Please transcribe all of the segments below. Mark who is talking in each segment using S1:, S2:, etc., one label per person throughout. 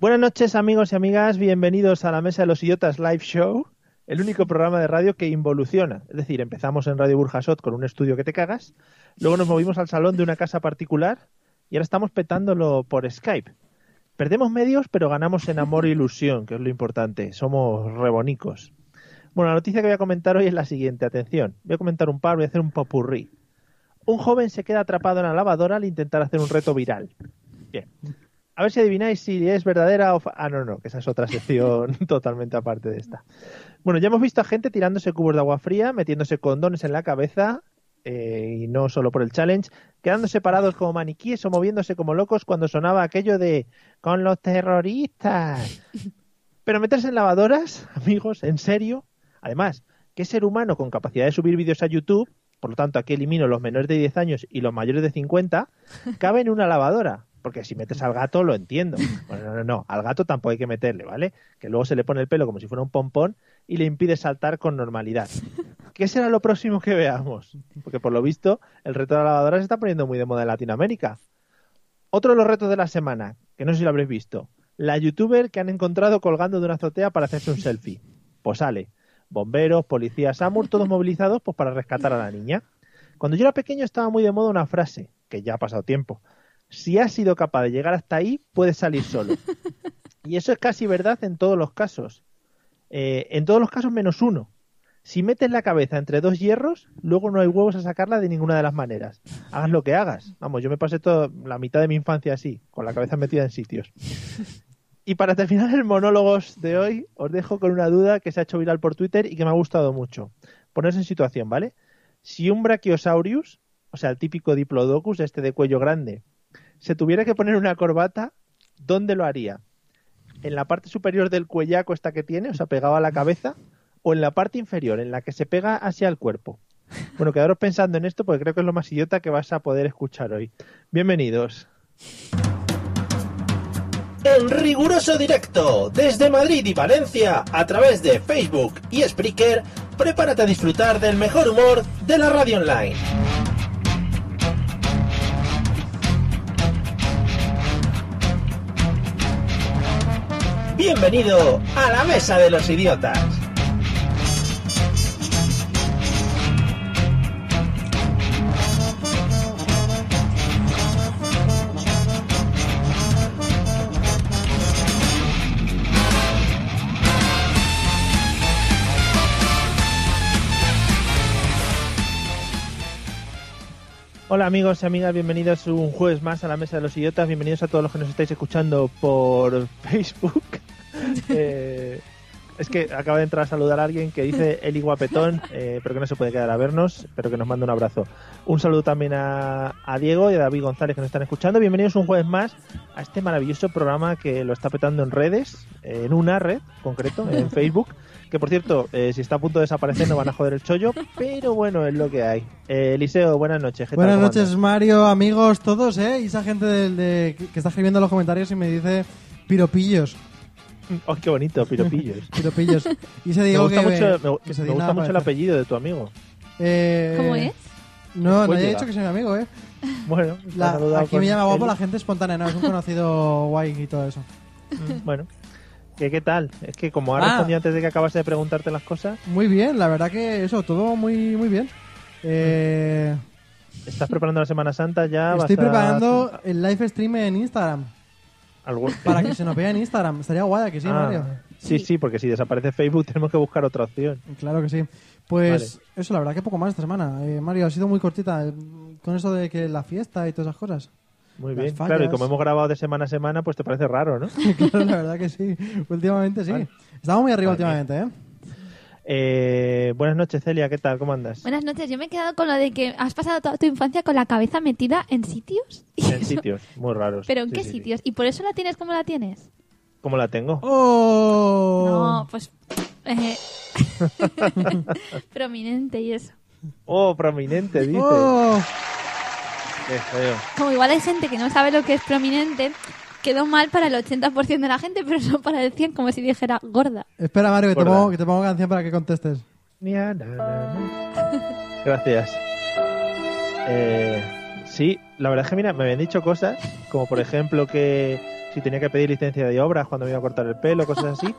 S1: Buenas noches, amigos y amigas, bienvenidos a la Mesa de los Idiotas Live Show, el único programa de radio que involuciona, es decir, empezamos en Radio Burjasot con un estudio que te cagas, luego nos movimos al salón de una casa particular y ahora estamos petándolo por Skype. Perdemos medios, pero ganamos en amor e ilusión, que es lo importante. Somos rebonicos. Bueno, la noticia que voy a comentar hoy es la siguiente. Atención, voy a comentar un par, voy a hacer un popurrí. Un joven se queda atrapado en la lavadora al intentar hacer un reto viral. Bien. A ver si adivináis si es verdadera o... fa- Ah, no, no, que esa es otra sección totalmente aparte de esta. Bueno, ya hemos visto a gente tirándose cubos de agua fría, metiéndose condones en la cabeza, eh, y no solo por el challenge, quedándose parados como maniquíes o moviéndose como locos cuando sonaba aquello de con los terroristas. Pero meterse en lavadoras, amigos, en serio. Además, ¿qué ser humano con capacidad de subir vídeos a YouTube, por lo tanto aquí elimino los menores de 10 años y los mayores de 50, cabe en una lavadora? Porque si metes al gato lo entiendo. Bueno, no, no, no, al gato tampoco hay que meterle, ¿vale? Que luego se le pone el pelo como si fuera un pompón y le impide saltar con normalidad. ¿Qué será lo próximo que veamos? Porque por lo visto el reto de la lavadora se está poniendo muy de moda en Latinoamérica. Otro de los retos de la semana, que no sé si lo habréis visto, la youtuber que han encontrado colgando de una azotea para hacerse un selfie. Pues sale, bomberos, policías, AMUR, todos movilizados pues para rescatar a la niña. Cuando yo era pequeño estaba muy de moda una frase, que ya ha pasado tiempo. Si has sido capaz de llegar hasta ahí, puedes salir solo. Y eso es casi verdad en todos los casos. Eh, en todos los casos menos uno. Si metes la cabeza entre dos hierros, luego no hay huevos a sacarla de ninguna de las maneras. Hagas lo que hagas. Vamos, yo me pasé toda la mitad de mi infancia así, con la cabeza metida en sitios. Y para terminar el monólogos de hoy, os dejo con una duda que se ha hecho viral por Twitter y que me ha gustado mucho. Ponerse en situación, ¿vale? Si un Brachiosaurus, o sea, el típico Diplodocus, este de cuello grande, se tuviera que poner una corbata, ¿dónde lo haría? ¿En la parte superior del cuellaco esta que tiene, o sea, pegado a la cabeza? ¿O en la parte inferior, en la que se pega hacia el cuerpo? Bueno, quedaros pensando en esto porque creo que es lo más idiota que vas a poder escuchar hoy. Bienvenidos.
S2: En riguroso directo, desde Madrid y Valencia, a través de Facebook y Spreaker, prepárate a disfrutar del mejor humor de la radio online. Bienvenido a la Mesa de los Idiotas.
S1: Hola amigos y amigas, bienvenidos un jueves más a la Mesa de los Idiotas, bienvenidos a todos los que nos estáis escuchando por Facebook. Eh, es que acaba de entrar a saludar a alguien que dice Eli Guapetón, eh, pero que no se puede quedar a vernos, pero que nos manda un abrazo. Un saludo también a, a Diego y a David González que nos están escuchando. Bienvenidos un jueves más a este maravilloso programa que lo está petando en redes, eh, en una red concreto, en Facebook. Que por cierto, eh, si está a punto de desaparecer no van a joder el chollo, pero bueno, es lo que hay. Eh, Eliseo, buenas noches. ¿qué tal,
S3: Buenas
S1: cómo
S3: noches,
S1: andas?
S3: Mario, amigos, todos, ¿eh? Y esa gente del- de- que está escribiendo en los comentarios y me dice piropillos,
S1: Oh, qué bonito, piropillos.
S3: piropillos. Y se
S1: Me
S3: digo
S1: gusta,
S3: que
S1: mucho, me,
S3: que se
S1: me
S3: digna
S1: gusta mucho el
S3: aparecer.
S1: apellido de tu amigo.
S3: Eh,
S4: ¿Cómo es?
S3: No, no
S1: Después
S3: he
S1: llega.
S3: dicho que soy mi amigo, ¿eh?
S1: Bueno,
S3: La-
S1: ha saludado
S3: aquí
S1: con
S3: me llama guapo
S1: él.
S3: la gente espontánea, no, es un conocido guay y todo eso.
S1: Mm, Bueno, ¿qué, qué tal? Es que como has
S3: Ah.
S1: respondido antes de que acabase de preguntarte las cosas,
S3: Muy bien, la verdad que eso, todo muy, muy bien. Eh,
S1: estás preparando la Semana Santa ya. Ah,
S3: estoy
S1: vas a-
S3: preparando el live stream en Instagram,
S1: algo-
S3: para que se nos vea en Instagram. Estaría guay, ¿a que sí,
S1: Ah,
S3: Mario?
S1: Sí, sí, porque si desaparece Facebook tenemos que buscar otra opción.
S3: Claro que sí. Pues eso, la verdad que poco más esta semana. Eh, Mario, ha sido muy cortita eh, con eso de que la fiesta y todas esas cosas.
S1: Muy
S3: Las
S1: bien,
S3: fallas.
S1: claro, y como hemos grabado de semana a semana, pues te parece raro, ¿no?
S3: claro, la verdad que sí. Últimamente sí.
S1: Vale.
S3: Estamos muy arriba
S1: Vale.
S3: últimamente, ¿eh?
S1: Eh, buenas noches, Celia, ¿qué tal? ¿Cómo andas?
S4: Buenas noches, yo me he quedado con lo de que has pasado toda tu infancia con la cabeza metida en sitios. Y
S1: En
S4: eso-
S1: sitios muy raros.
S4: ¿Pero en
S1: Sí,
S4: qué
S1: sí, sí.
S4: sitios? ¿Y por eso la tienes como la tienes?
S1: ¿Cómo la tengo?
S3: ¡Oh!
S4: No, pues. eh, prominente y eso.
S1: Oh, prominente, dice.
S3: ¡Oh!
S1: Qué feo.
S4: Como igual hay gente que no sabe lo que es prominente, quedó mal para el 80% de la gente, pero no para el 100%, como si dijera gorda.
S3: Espera, Mario, que te,
S1: Gorda.
S3: pongo, que te pongo canción para que contestes.
S1: Ni a na, na, na. Gracias. Eh, sí, la verdad es que mira, me habían dicho cosas, como por ejemplo que si tenía que pedir licencia de obras cuando me iba a cortar el pelo, cosas así.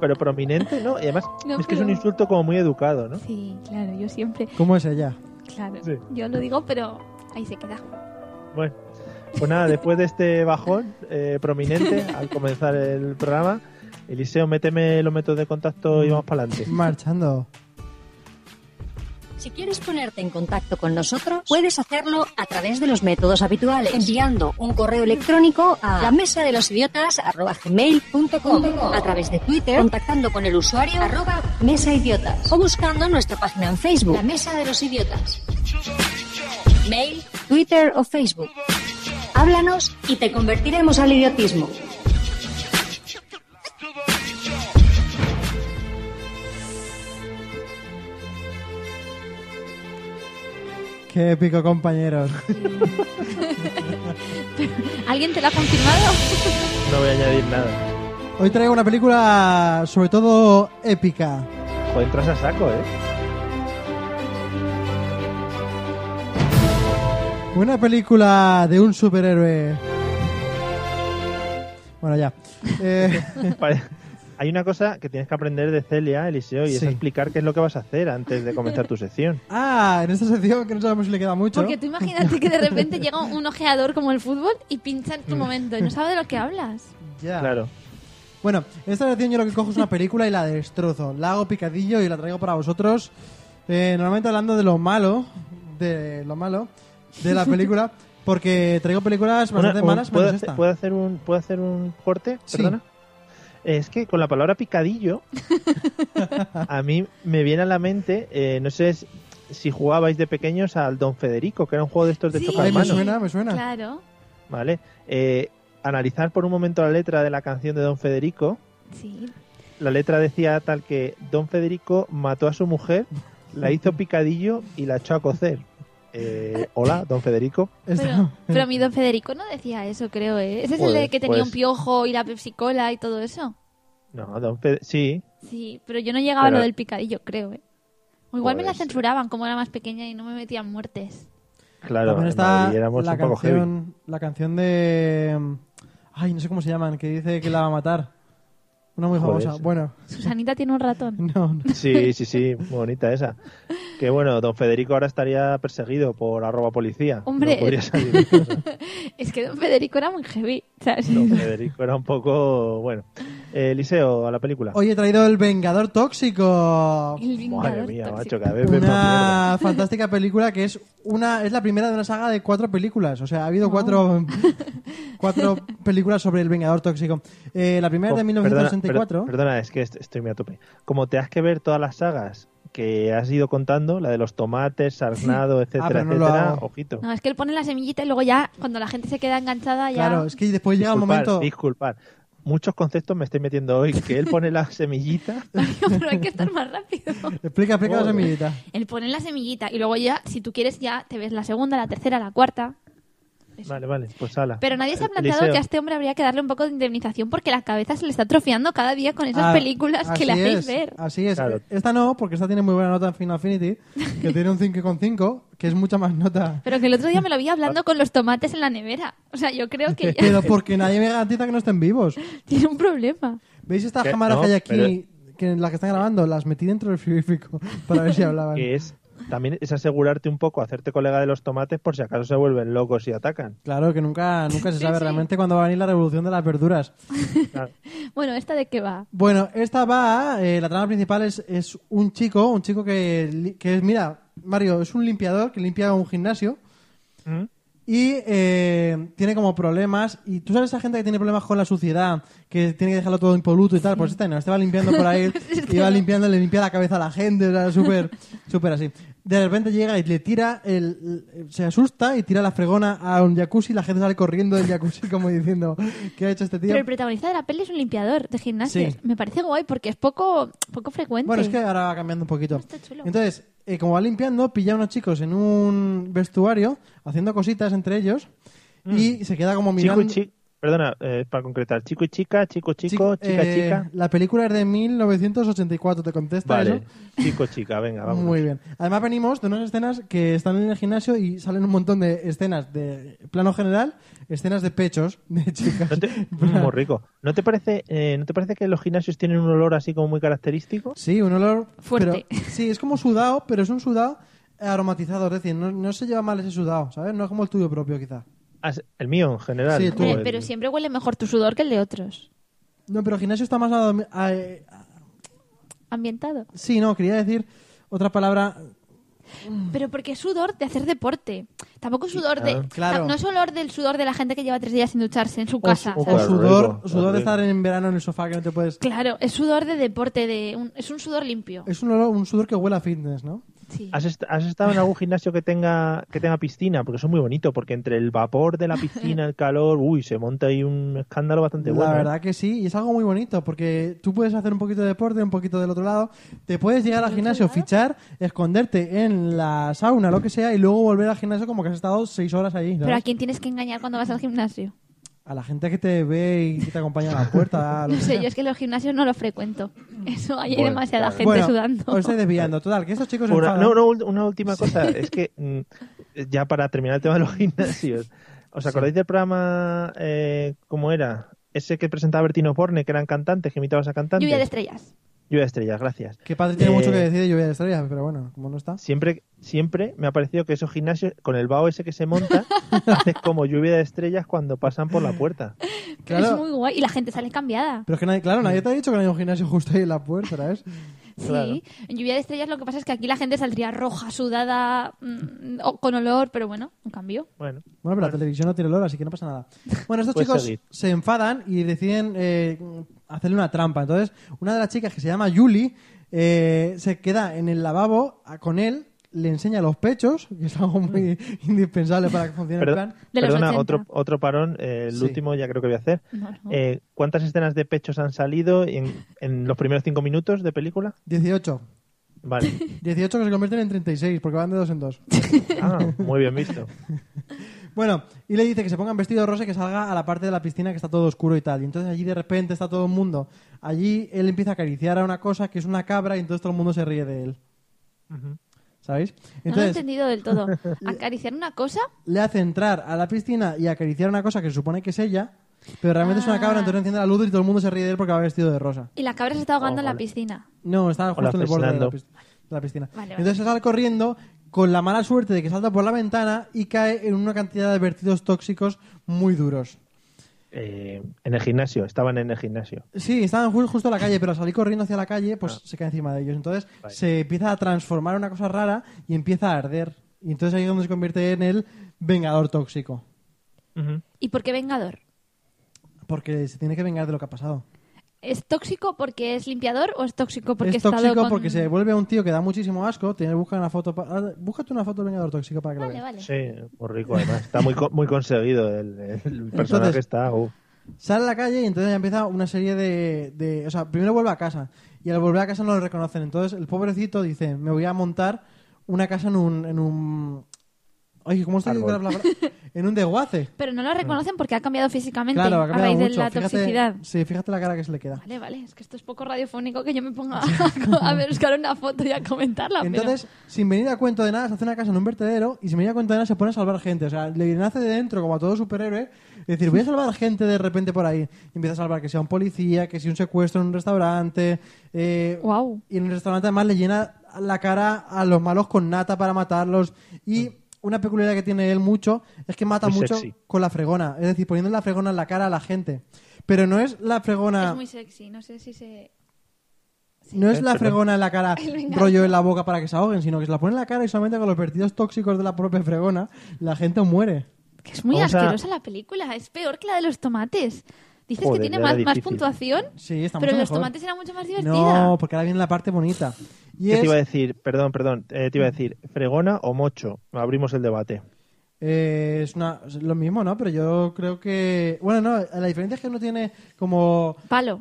S1: Pero prominente, ¿no? Y además,
S4: No,
S1: es que es un
S4: pero-
S1: insulto como muy educado, ¿no?
S4: Sí, claro, yo siempre.
S3: ¿Cómo es ella?
S4: Claro,
S1: Sí.
S4: yo lo digo, pero ahí se queda.
S1: Bueno, pues nada, después de este bajón eh, prominente, al comenzar el programa, Eliseo, méteme los métodos de contacto y vamos para adelante.
S3: Marchando.
S5: Si quieres ponerte en contacto con nosotros, puedes hacerlo a través de los métodos habituales, enviando un correo electrónico a la mesa de los idiotas a través de Twitter, contactando con el usuario arroba mesa idiotas o buscando nuestra página en Facebook, la mesa de los idiotas. Mail, Twitter o Facebook. Háblanos y te convertiremos al idiotismo.
S3: Qué épico, compañeros.
S4: ¿Alguien te lo ha confirmado?
S1: No voy a añadir nada.
S3: Hoy traigo una película, sobre todo, épica.
S1: Joder, entras a saco, ¿eh?
S3: Una película de un superhéroe. Bueno, ya. Eh,
S1: Pare- Hay una cosa que tienes que aprender de Celia, Eliseo, y es
S3: Sí.
S1: explicar qué es lo que vas a hacer antes de comenzar tu sección.
S3: ah, en esta sección que no sabemos si le queda mucho.
S4: Porque tú imagínate que de repente llega un ojeador como el fútbol y pincha en tu momento y no sabe de lo que hablas.
S3: Ya.
S1: Claro.
S3: Bueno, en esta sección yo lo que cojo es una película y la destrozo. La hago picadillo y la traigo para vosotros. Eh, normalmente hablando de lo malo, de lo malo, de la película, porque traigo películas
S1: Una-
S3: bastante
S1: un-
S3: malas,
S1: ¿puedo,
S3: menos
S1: hacer,
S3: esta.
S1: puedo hacer un, ¿Puedo hacer un corte?
S3: Sí.
S1: Perdona. Eh, Es que con la palabra picadillo, a mí me viene a la mente, eh, no sé si- si jugabais de pequeños al Don Federico, que era un juego de estos de
S4: Sí.
S1: toca
S3: Ay, me
S1: manos,
S3: suena, me suena.
S4: Claro,
S1: ¿vale? Eh, analizar por un momento la letra de la canción de Don Federico,
S4: sí.
S1: La letra decía tal que Don Federico mató a su mujer, la hizo picadillo y la echó a cocer. Eh, hola, Don Federico.
S3: Esta-
S4: Pero, pero mi don Federico no decía eso, creo, ¿eh? Ese es el
S1: Joder,
S4: de que tenía
S1: pues.
S4: un piojo y la Pepsi Cola y todo eso.
S1: No, Don Federico. Sí,
S4: Sí, pero yo no llegaba
S1: Pero- Pues, eh.
S4: a lo del picadillo, creo, ¿eh? O igual me
S1: Puede
S4: la
S1: ser.
S4: censuraban como era más pequeña y no me metían muertes.
S1: claro. en
S3: También pues está
S1: Madrid éramos
S3: la
S1: un poco heavy.
S3: canción, la canción de... mm, Ay, no sé cómo se llaman, que dice que la va a matar. Una muy
S1: Joder,
S3: famosa.
S1: sí.
S3: Bueno,
S4: Susanita tiene un ratón.
S3: no, no.
S1: Sí, sí, sí, muy bonita esa. Que bueno, Don Federico ahora estaría perseguido por arroba policía. No
S4: Hombre.
S1: podría salir de casa.
S4: Es que don Federico era muy heavy. ¿sabes?
S1: Don Federico era un poco. Bueno. Eh, Eliseo, a la película.
S3: Hoy he traído El Vengador Tóxico.
S1: Madre
S4: El Vingador
S1: mía,
S4: Tóxico.
S1: macho, cada vez veo más
S3: Una fantástica película que es una es la primera de una saga de cuatro películas. O sea, ha habido
S4: Wow.
S3: cuatro, cuatro películas sobre el Vengador Tóxico. Eh, la primera
S1: Co-
S3: es de
S1: perdona, per-
S3: 1964.
S1: Oh, Perdona, es que est- estoy muy a tope. Como te has que ver todas las sagas que has ido contando, la de los tomates, sarnado, etcétera,
S3: Ah, pero no lo
S1: etcétera,
S3: hago. Ah,
S1: ojito.
S4: No, es que él pone la semillita y luego ya, cuando la gente se queda enganchada, ya.
S3: Claro, es que después llega un
S1: disculpar,
S3: momento.
S1: disculpar. Muchos conceptos me estoy metiendo hoy. Que él pone la semillita.
S4: pero hay que estar más rápido.
S3: Explica, explica la
S1: Joder.
S3: semillita.
S4: Él pone la semillita y luego ya, si tú quieres, ya te ves la segunda, la tercera, la cuarta.
S1: Vale, vale, pues ala.
S4: Pero nadie se ha
S1: Eh,
S4: planteado
S1: Eliseo,
S4: que a este hombre habría que darle un poco de indemnización porque la cabeza se le está atrofiando cada día con esas
S3: Ah,
S4: películas que le
S3: así
S4: hacéis
S3: es,
S4: ver.
S3: Así es.
S1: Claro.
S3: Esta no, porque esta tiene muy buena nota en Final Affinity, que tiene un 5,5, que es mucha más nota.
S4: Pero que el otro día me lo vi hablando con los tomates en la nevera. O sea, yo creo que ya
S3: Pero porque nadie me garantiza que no estén vivos.
S4: tiene un problema.
S3: ¿Veis estas
S1: Que-
S3: cámaras
S1: no,
S3: que hay aquí?
S1: pero-
S3: Que en las que están grabando, las metí dentro del frigorífico para ver si hablaban.
S1: Que es, también es asegurarte un poco, hacerte colega de los tomates por si acaso se vuelven locos y atacan.
S3: Claro, que nunca, nunca se sabe realmente cuándo va a venir la revolución de las verduras.
S1: Claro.
S4: Bueno, ¿esta de qué va?
S3: Bueno, esta va, eh, la trama principal es, es un chico, un chico que, li- que es, mira, Mario, es un limpiador que limpia un gimnasio
S1: ¿Mm?
S3: Y eh, tiene como problemas. Y tú sabes esa gente que tiene problemas con la suciedad, que tiene que dejarlo todo impoluto y tal. Pues este no, este va limpiando por ahí. y va limpiando, le limpia la cabeza a la gente. O sea, súper súper así. De repente llega y le tira, el, se asusta y tira la fregona a un jacuzzi. La gente sale corriendo del jacuzzi como diciendo, ¿qué ha hecho este tío?
S4: Pero el protagonista de la peli es un limpiador de gimnasio.
S3: Sí.
S4: Me parece guay porque es poco, poco frecuente.
S3: Bueno, es que ahora va cambiando un poquito.
S4: Está chulo.
S3: Entonces, eh, como va limpiando, pilla a unos chicos en un vestuario haciendo cositas entre ellos
S4: Mm.
S3: y se queda como
S1: Chico
S3: mirando.
S1: y chica. Perdona, eh, para concretar. Chico y chica, chico, chico,
S3: Chico-
S1: chica,
S3: eh,
S1: chica.
S3: La película es de 1984, ¿te contesta
S1: Vale.
S3: eso?
S1: Chico, chica, venga, vamos.
S3: Muy bien. Además venimos de unas escenas que están en el gimnasio y salen un montón de escenas de plano general, escenas de pechos de chicas.
S1: ¿No te- Mm, Muy rico. ¿No te parece, eh, ¿no te parece que los gimnasios tienen un olor así como muy característico?
S3: Sí, un olor
S4: Fuerte.
S3: pero- sí, es como sudado, pero es un sudado aromatizado, es decir, no, no se lleva mal ese sudado, ¿sabes? No es como el tuyo propio, quizá.
S1: Ah, El mío en general.
S3: Sí, tú.
S4: Hombre,
S1: Joder.
S4: pero siempre huele mejor tu sudor que el de otros.
S3: No, pero el gimnasio está más... adom- a- eh,
S4: Ambientado.
S3: sí, no, quería decir otra palabra...
S4: Pero porque es sudor de hacer deporte. Tampoco es sudor de.
S3: Claro.
S4: No es olor del sudor de la gente que lleva tres días sin ducharse en su
S3: O,
S4: casa.
S3: o
S4: ¿sabes?
S1: Claro,
S3: sudor,
S1: rico,
S3: sudor de
S1: rico.
S3: estar en verano en el sofá que no te puedes...
S4: Claro, es sudor de deporte. de un- Es un sudor limpio.
S3: Es un, olor- un sudor que huele a fitness, ¿no?
S4: Sí.
S1: ¿Has, est- has estado en algún gimnasio que tenga que tenga piscina? Porque eso es muy bonito, porque entre el vapor de la piscina, el calor, uy, se monta ahí un escándalo bastante
S3: la
S1: bueno. ¿eh?
S3: verdad que sí, y es algo muy bonito, porque tú puedes hacer un poquito de deporte, un poquito del otro lado, te puedes llegar al gimnasio, fichar, esconderte en la sauna, lo que sea, y luego volver al gimnasio como que has estado seis horas ahí. ¿sabes?
S4: Pero a quién tienes que engañar cuando vas al gimnasio.
S3: A la gente que te ve y que te acompaña a la puerta. a lo
S4: No
S3: que
S4: sé,
S3: sea.
S4: yo es que los gimnasios no los frecuento. Eso, ahí hay
S1: Bueno,
S4: demasiada
S1: claro.
S4: gente
S3: Bueno,
S4: sudando.
S3: Os estoy desviando. Total, que estos chicos se
S1: Una,
S3: enfadan.
S1: no, no, ul- una última cosa. Es que, mm, ya para terminar el tema de los gimnasios, ¿os acordáis del programa, eh, cómo era? Ese que presentaba Bertino Borne, que eran cantantes, que imitabas a cantantes.
S4: Lluvia de estrellas.
S1: Lluvia de estrellas, gracias.
S3: Que padre tiene
S1: Eh,
S3: mucho que decir de lluvia de estrellas, pero bueno, como no está.
S1: Siempre, siempre me ha parecido que esos gimnasios, con el vaho ese que se monta, haces como lluvia de estrellas cuando pasan por la puerta.
S4: Pero
S3: Claro.
S4: Es muy guay. Y la gente sale cambiada.
S3: Pero es que nadie, claro, nadie te ha dicho que no hay un gimnasio justo ahí en la puerta, ¿sabes?
S1: Claro.
S4: Sí. En lluvia de estrellas lo que pasa es que aquí la gente saldría roja, sudada, mm, o con olor, pero bueno, un cambio.
S1: Bueno,
S3: Bueno, pero la televisión no tiene olor, así que no pasa nada. Bueno, estos
S1: Puedes
S3: chicos
S1: seguir.
S3: se enfadan y deciden eh, hacerle una trampa. Entonces, una de las chicas que se llama Julie eh, se queda en el lavabo a- con él, le enseña los pechos, que es algo muy indispensable para que funcione
S1: Perdón.
S3: el plan.
S4: De los
S1: perdona,
S4: 80.
S1: otro, otro parón, eh, el
S3: Sí.
S1: último ya creo que voy a hacer.
S4: No, no.
S1: Eh, ¿Cuántas escenas de pechos han salido en, en los primeros cinco minutos de película?
S3: 18.
S1: Vale.
S3: 18 que se convierten en 36, porque van de dos en dos.
S1: Ah, muy bien visto.
S3: Bueno, y le dice que se pongan vestido rosa y que salga a la parte de la piscina que está todo oscuro y tal. Y entonces allí de repente está todo el mundo. Allí él empieza a acariciar a una cosa que es una cabra y entonces todo el mundo se ríe de él. ¿Sabéis?
S4: no lo he
S3: Entonces
S4: entendido del todo. Acariciar una cosa,
S3: le hace entrar a la piscina y acariciar una cosa que se supone que es ella, pero realmente es una
S4: Ah.
S3: cabra, entonces enciende la luz y todo el mundo se ríe de él porque va vestido de rosa.
S4: y la cabra se está ahogando
S1: Oh,
S4: en la
S1: vale.
S4: piscina.
S3: No, está justo
S1: la
S3: en el borde de
S1: piscinando.
S3: la, pis- de la piscina.
S4: Vale, vale.
S3: Entonces sale corriendo con la mala suerte de que salta por la ventana y cae en una cantidad de vertidos tóxicos muy duros.
S1: Eh, en el gimnasio, estaban en el gimnasio.
S3: Sí, estaban ju- justo en la calle, pero al salir corriendo hacia la calle, pues se cae encima de ellos. Entonces
S1: Vale.
S3: se empieza a transformar en una cosa rara y empieza a arder. Y entonces ahí es donde se convierte en el vengador tóxico.
S1: Ujú.
S4: ¿Y por qué vengador?
S3: Porque se tiene que vengar de lo que ha pasado.
S4: ¿Es tóxico porque es limpiador o es tóxico porque
S3: es
S4: ha estado
S3: tóxico
S4: con-
S3: porque se vuelve un tío que da muchísimo asco. Tiene, busca una foto pa- ah, búscate una foto del vengador tóxico para que
S4: Vale,
S3: lo veas.
S4: vale.
S1: Sí, muy rico además. Está muy, co- muy conseguido el, el personaje
S3: Entonces-
S1: está. uh.
S3: Sale a la calle y entonces ya empieza una serie de, de- O sea, primero vuelve a casa. Y al volver a casa no lo reconocen. Entonces el pobrecito dice: Me voy a montar una casa en un. En un Oye, ¿cómo estoy
S1: Árbol.
S3: la palabra? En un desguace.
S4: Pero no lo reconocen porque ha cambiado físicamente
S3: Mm. Claro, ha
S4: a
S3: cambiado
S4: raíz de
S3: mucho.
S4: la
S3: fíjate,
S4: toxicidad.
S3: Sí, fíjate la cara que se le queda.
S4: Vale, vale, es que esto es poco radiofónico que yo me ponga a, a ver, buscar una foto y a comentarla. pero-
S3: Entonces, sin venir a cuento de nada, se hace una casa en un vertedero y sin venir a cuento de nada se pone a salvar gente. O sea, le nace de dentro, como a todo superhéroe, decir, voy a salvar gente de repente por ahí. Y empieza a salvar que sea un policía, que sea un secuestro en un restaurante. Eh,
S4: Guau.
S3: Y en el restaurante además le llena la cara a los malos con nata para matarlos. Y una peculiaridad que tiene él mucho es que mata
S1: Mm. Muy
S3: mucho
S1: sexy.
S3: con la fregona. Es decir, poniendo la fregona en la cara a la gente. Pero no es la fregona...
S4: Es muy sexy, no sé si se...
S3: No es
S1: Eh,
S3: la
S1: pero-
S3: fregona en la cara,
S4: El vengador.
S3: rollo en la boca para que se ahoguen, sino que se la pone en la cara y solamente con los vertidos tóxicos de la propia fregona, la gente muere.
S4: Que es muy
S1: Vamos a-
S4: asquerosa la película. Es peor que la de los tomates. Dices
S1: Joder,
S4: que tiene
S1: ya
S4: más,
S1: era
S4: más
S1: difícil.
S4: puntuación,
S3: Sí, está
S4: pero
S3: mucho
S4: los
S3: mejor.
S4: tomates era mucho más divertida.
S3: No, porque ahora viene la parte bonita. Y
S1: ¿Qué te iba a
S3: es,
S1: decir? Perdón, perdón. eh, te iba a decir, ¿fregona o mocho? Abrimos el debate.
S3: eh, es una- es lo mismo, ¿no? Pero yo creo que... Bueno, no, la diferencia es que uno tiene como...
S4: Palo.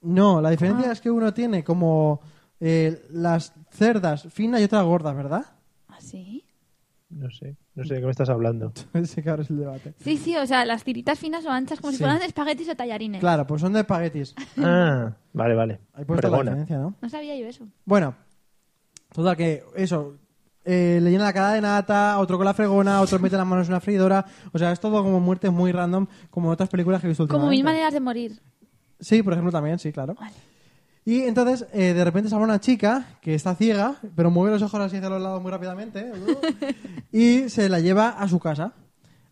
S3: No, la diferencia es que uno tiene como eh, las cerdas finas y otras gordas, ¿verdad?
S4: ¿Así?
S1: No sé, no sé de qué me estás hablando.
S3: Ese que ahora es el debate.
S4: Sí, sí, o sea, las tiritas finas o anchas, como
S3: Sí.
S4: si fueran espaguetis o tallarines.
S3: Claro, pues son de espaguetis.
S1: Ah, vale, vale.
S3: Ahí puesto la
S1: Fregona.
S3: diferencia, ¿no?
S4: No sabía yo eso.
S3: Bueno, total que eso. eh, le llena la cara de nata, otro con la fregona, otro mete las manos en una freidora. O sea, es todo como muertes muy random, como en otras películas que he visto
S4: Como mil
S3: últimamente.
S4: maneras de morir.
S3: Sí, por ejemplo, también, sí, claro.
S4: Vale.
S3: Y entonces, eh, de repente sale una chica que está ciega, pero mueve los ojos así hacia los lados muy rápidamente. ¿eh? y se la lleva a su casa.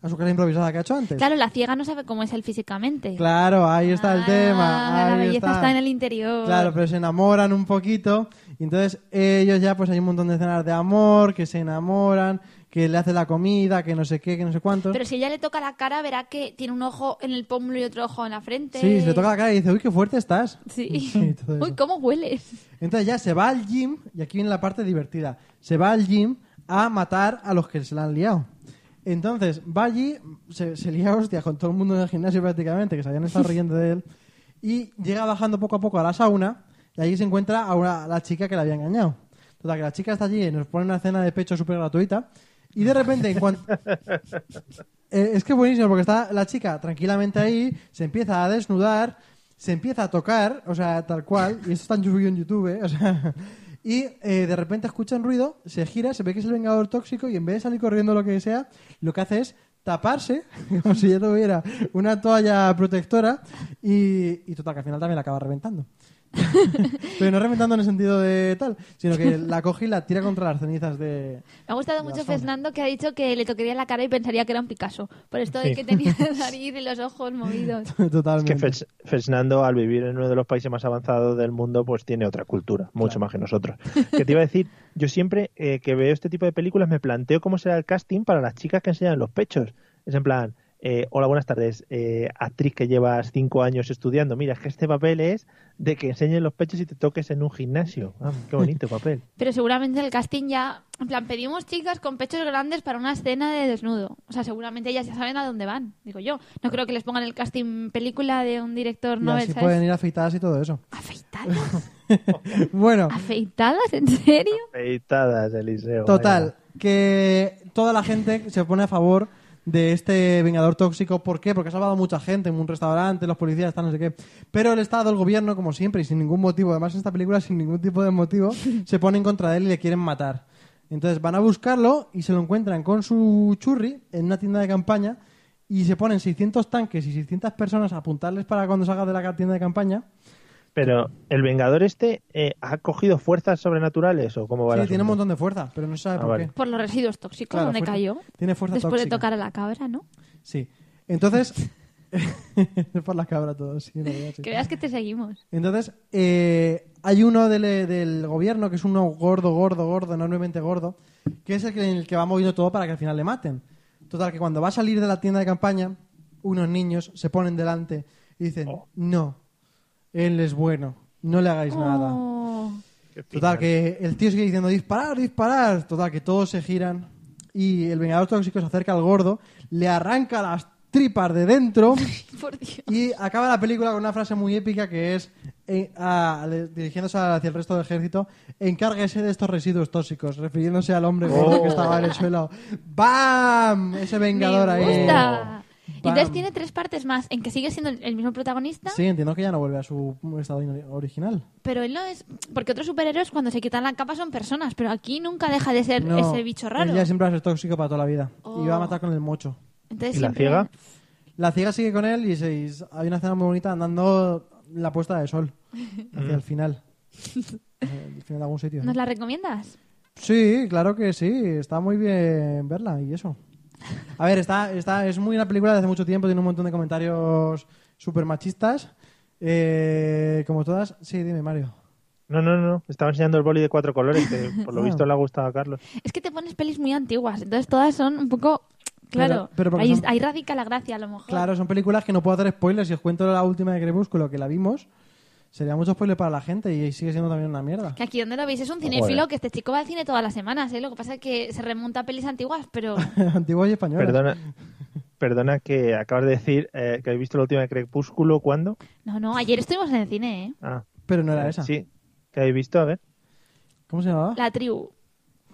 S3: A su casa improvisada que ha hecho antes.
S4: Claro, la ciega no sabe cómo es él físicamente.
S3: Claro, ahí está el
S4: Ah,
S3: tema.
S4: La
S3: ahí
S4: belleza está. en el interior.
S3: Claro, pero se enamoran un poquito. Y entonces ellos ya, pues hay un montón de escenas de amor, que se enamoran, que le hace la comida, que no sé qué, que no sé cuánto.
S4: Pero si ella le toca la cara, verá que tiene un ojo en el pómulo y otro ojo en la frente.
S3: Sí, se le toca la cara y dice, uy, qué fuerte estás.
S4: Sí.
S3: Sí, todo eso.
S4: Uy, ¿cómo hueles?
S3: Entonces ya se va al gym, y aquí viene la parte divertida. Se va al gym a matar a los que se la han liado. Entonces va allí, se, se lía hostia con todo el mundo en el gimnasio prácticamente, que se habían estado riendo de él, y llega bajando poco a poco a la sauna, y allí se encuentra a, una, a la chica que la había engañado. Total, que la chica está allí y nos pone una cena de pecho súper gratuita, y de repente, en cuanto... Eh, es que es buenísimo porque está la chica tranquilamente ahí, se empieza a desnudar, se empieza a tocar, o sea, tal cual, y esto está en YouTube, en YouTube, eh, o sea, y eh, de repente escucha un ruido, se gira, se ve que es el vengador tóxico y en vez de salir corriendo o lo que sea, lo que hace es taparse, como si ya tuviera una toalla protectora y, y total, que al final también la acaba reventando. Pero no reventando en el sentido de tal, sino que la coge y la tira contra las cenizas de...
S4: Me ha gustado
S3: La
S4: mucho
S3: zona.
S4: Fernando que ha dicho que le tocaría la cara y pensaría que era un Picasso. Por esto de
S1: Sí.
S4: que tenía la nariz y los ojos movidos.
S1: Es
S3: Totalmente.
S1: que Fes- Fernando, al vivir en uno de los países más avanzados del mundo, pues tiene otra cultura, mucho más que nosotros. Que te iba a decir, yo siempre eh, que veo este tipo de películas me planteo cómo será el casting para las chicas que enseñan los pechos. Es en plan, eh, hola, buenas tardes, eh, actriz que llevas cinco años estudiando. Mira, es que este papel es de que enseñen los pechos y te toques en un gimnasio. Ah, qué bonito papel.
S4: Pero seguramente el casting ya... En plan, pedimos chicas con pechos grandes para una escena de desnudo. O sea, seguramente ellas ya saben a dónde van, digo yo. No creo que les pongan el casting película de un director
S3: Y
S4: novel,
S3: así
S4: ¿sabes?
S3: pueden ir afeitadas y todo eso.
S4: ¿Afeitadas?
S3: Bueno,
S1: Ah,
S4: ¿Afeitadas? ¿En serio?
S1: Peitadas, Eliseo.
S3: total, que toda la gente se pone a favor de este vengador tóxico. ¿Por qué? Porque ha salvado a mucha gente en un restaurante, los policías, tal, no sé qué. Pero el Estado, el gobierno, como siempre, y sin ningún motivo, además en esta película sin ningún tipo de motivo, se pone en contra de él y le quieren matar. Entonces van a buscarlo y se lo encuentran con su churri en una tienda de campaña y se ponen 600 tanques y 600 personas a apuntarles para cuando salga de la tienda de campaña.
S1: Vaya. Pero, ¿el Vengador este eh, ha cogido fuerzas sobrenaturales o cómo va el
S3: Sí, tiene un
S1: asunto?
S3: montón de fuerza, pero no se sabe
S1: Ah,
S3: por
S1: vale.
S3: qué.
S4: Por los residuos tóxicos,
S3: Claro,
S4: donde
S3: fuerza-
S4: cayó.
S3: Tiene fuerza
S4: Después de
S3: tóxica.
S4: tocar a la cabra, ¿no?
S3: Sí. Entonces. es por la cabra todo, sí, en realidad, sí.
S4: Que veas que te seguimos.
S3: Entonces, eh, hay uno del, del gobierno que es uno gordo, gordo, gordo, enormemente gordo, que es el que, el que va moviendo todo para que al final le maten. Total, que cuando va a salir de la tienda de campaña, unos niños se ponen delante y dicen: No, él es bueno, no le hagáis nada.
S4: Oh.
S3: Total, que el tío sigue diciendo disparar, disparar. Total, que todos se giran. Y el vengador tóxico se acerca al gordo, le arranca las tripas de dentro.
S4: Por Dios.
S3: Y acaba la película con una frase muy épica que es, eh, a- le- dirigiéndose hacia el resto del ejército, encárguese de estos residuos tóxicos, refiriéndose al hombre gordo que estaba en el suelo. ¡Bam! Ese vengador
S4: Me
S3: ahí.
S4: gusta. Y
S3: Bam.
S4: Entonces tiene tres partes más, en que sigue siendo el el mismo protagonista,
S3: Sí, entiendo que ya no vuelve a su estado in- original.
S4: pero él no es... Porque otros superhéroes cuando se quitan la capa son personas, pero aquí nunca deja de ser
S3: No,
S4: ese bicho raro.
S3: Ella siempre va a ser tóxico para toda la vida. Y va a
S4: Oh.
S3: matar con el mocho.
S4: Entonces
S1: ¿Y la
S4: siempre-
S1: ciega?
S3: La ciega sigue con él y, se, y s- hay una escena muy bonita andando la puesta de sol hacia el final. Eh, el final de algún sitio. ¿no?
S4: ¿Nos la recomiendas?
S3: Sí, claro que sí. Está muy bien verla y eso. A ver, está, está, es muy una película de hace mucho tiempo. Tiene un montón de comentarios súper machistas. Eh, como todas. Sí, dime, Mario.
S1: No, no, no. Estaba enseñando el boli de cuatro colores, que por lo
S3: Ah.
S1: visto le ha gustado a Carlos.
S4: Es que te pones pelis muy antiguas, entonces todas son un poco Claro,
S3: pero porque
S4: ahí,
S3: son-
S4: ahí radica la gracia a lo mejor.
S3: Claro, son películas que no puedo hacer spoilers. Si os cuento la última de Crepúsculo que la vimos, sería mucho spoiler para la gente y sigue siendo también una mierda.
S4: Que aquí donde lo veis es un cinéfilo que este chico va al cine todas las semanas, ¿eh? Lo que pasa es que se remonta a pelis antiguas, pero
S3: Antigua y española.
S1: Perdona, perdona que acabas de decir eh, que habéis visto la última de Crepúsculo, ¿cuándo?
S4: no, no, ayer estuvimos en el cine, ¿eh?
S1: Ah,
S3: Pero no era esa.
S1: Sí, que habéis visto, a ver.
S3: ¿Cómo se llamaba?
S4: La tribu.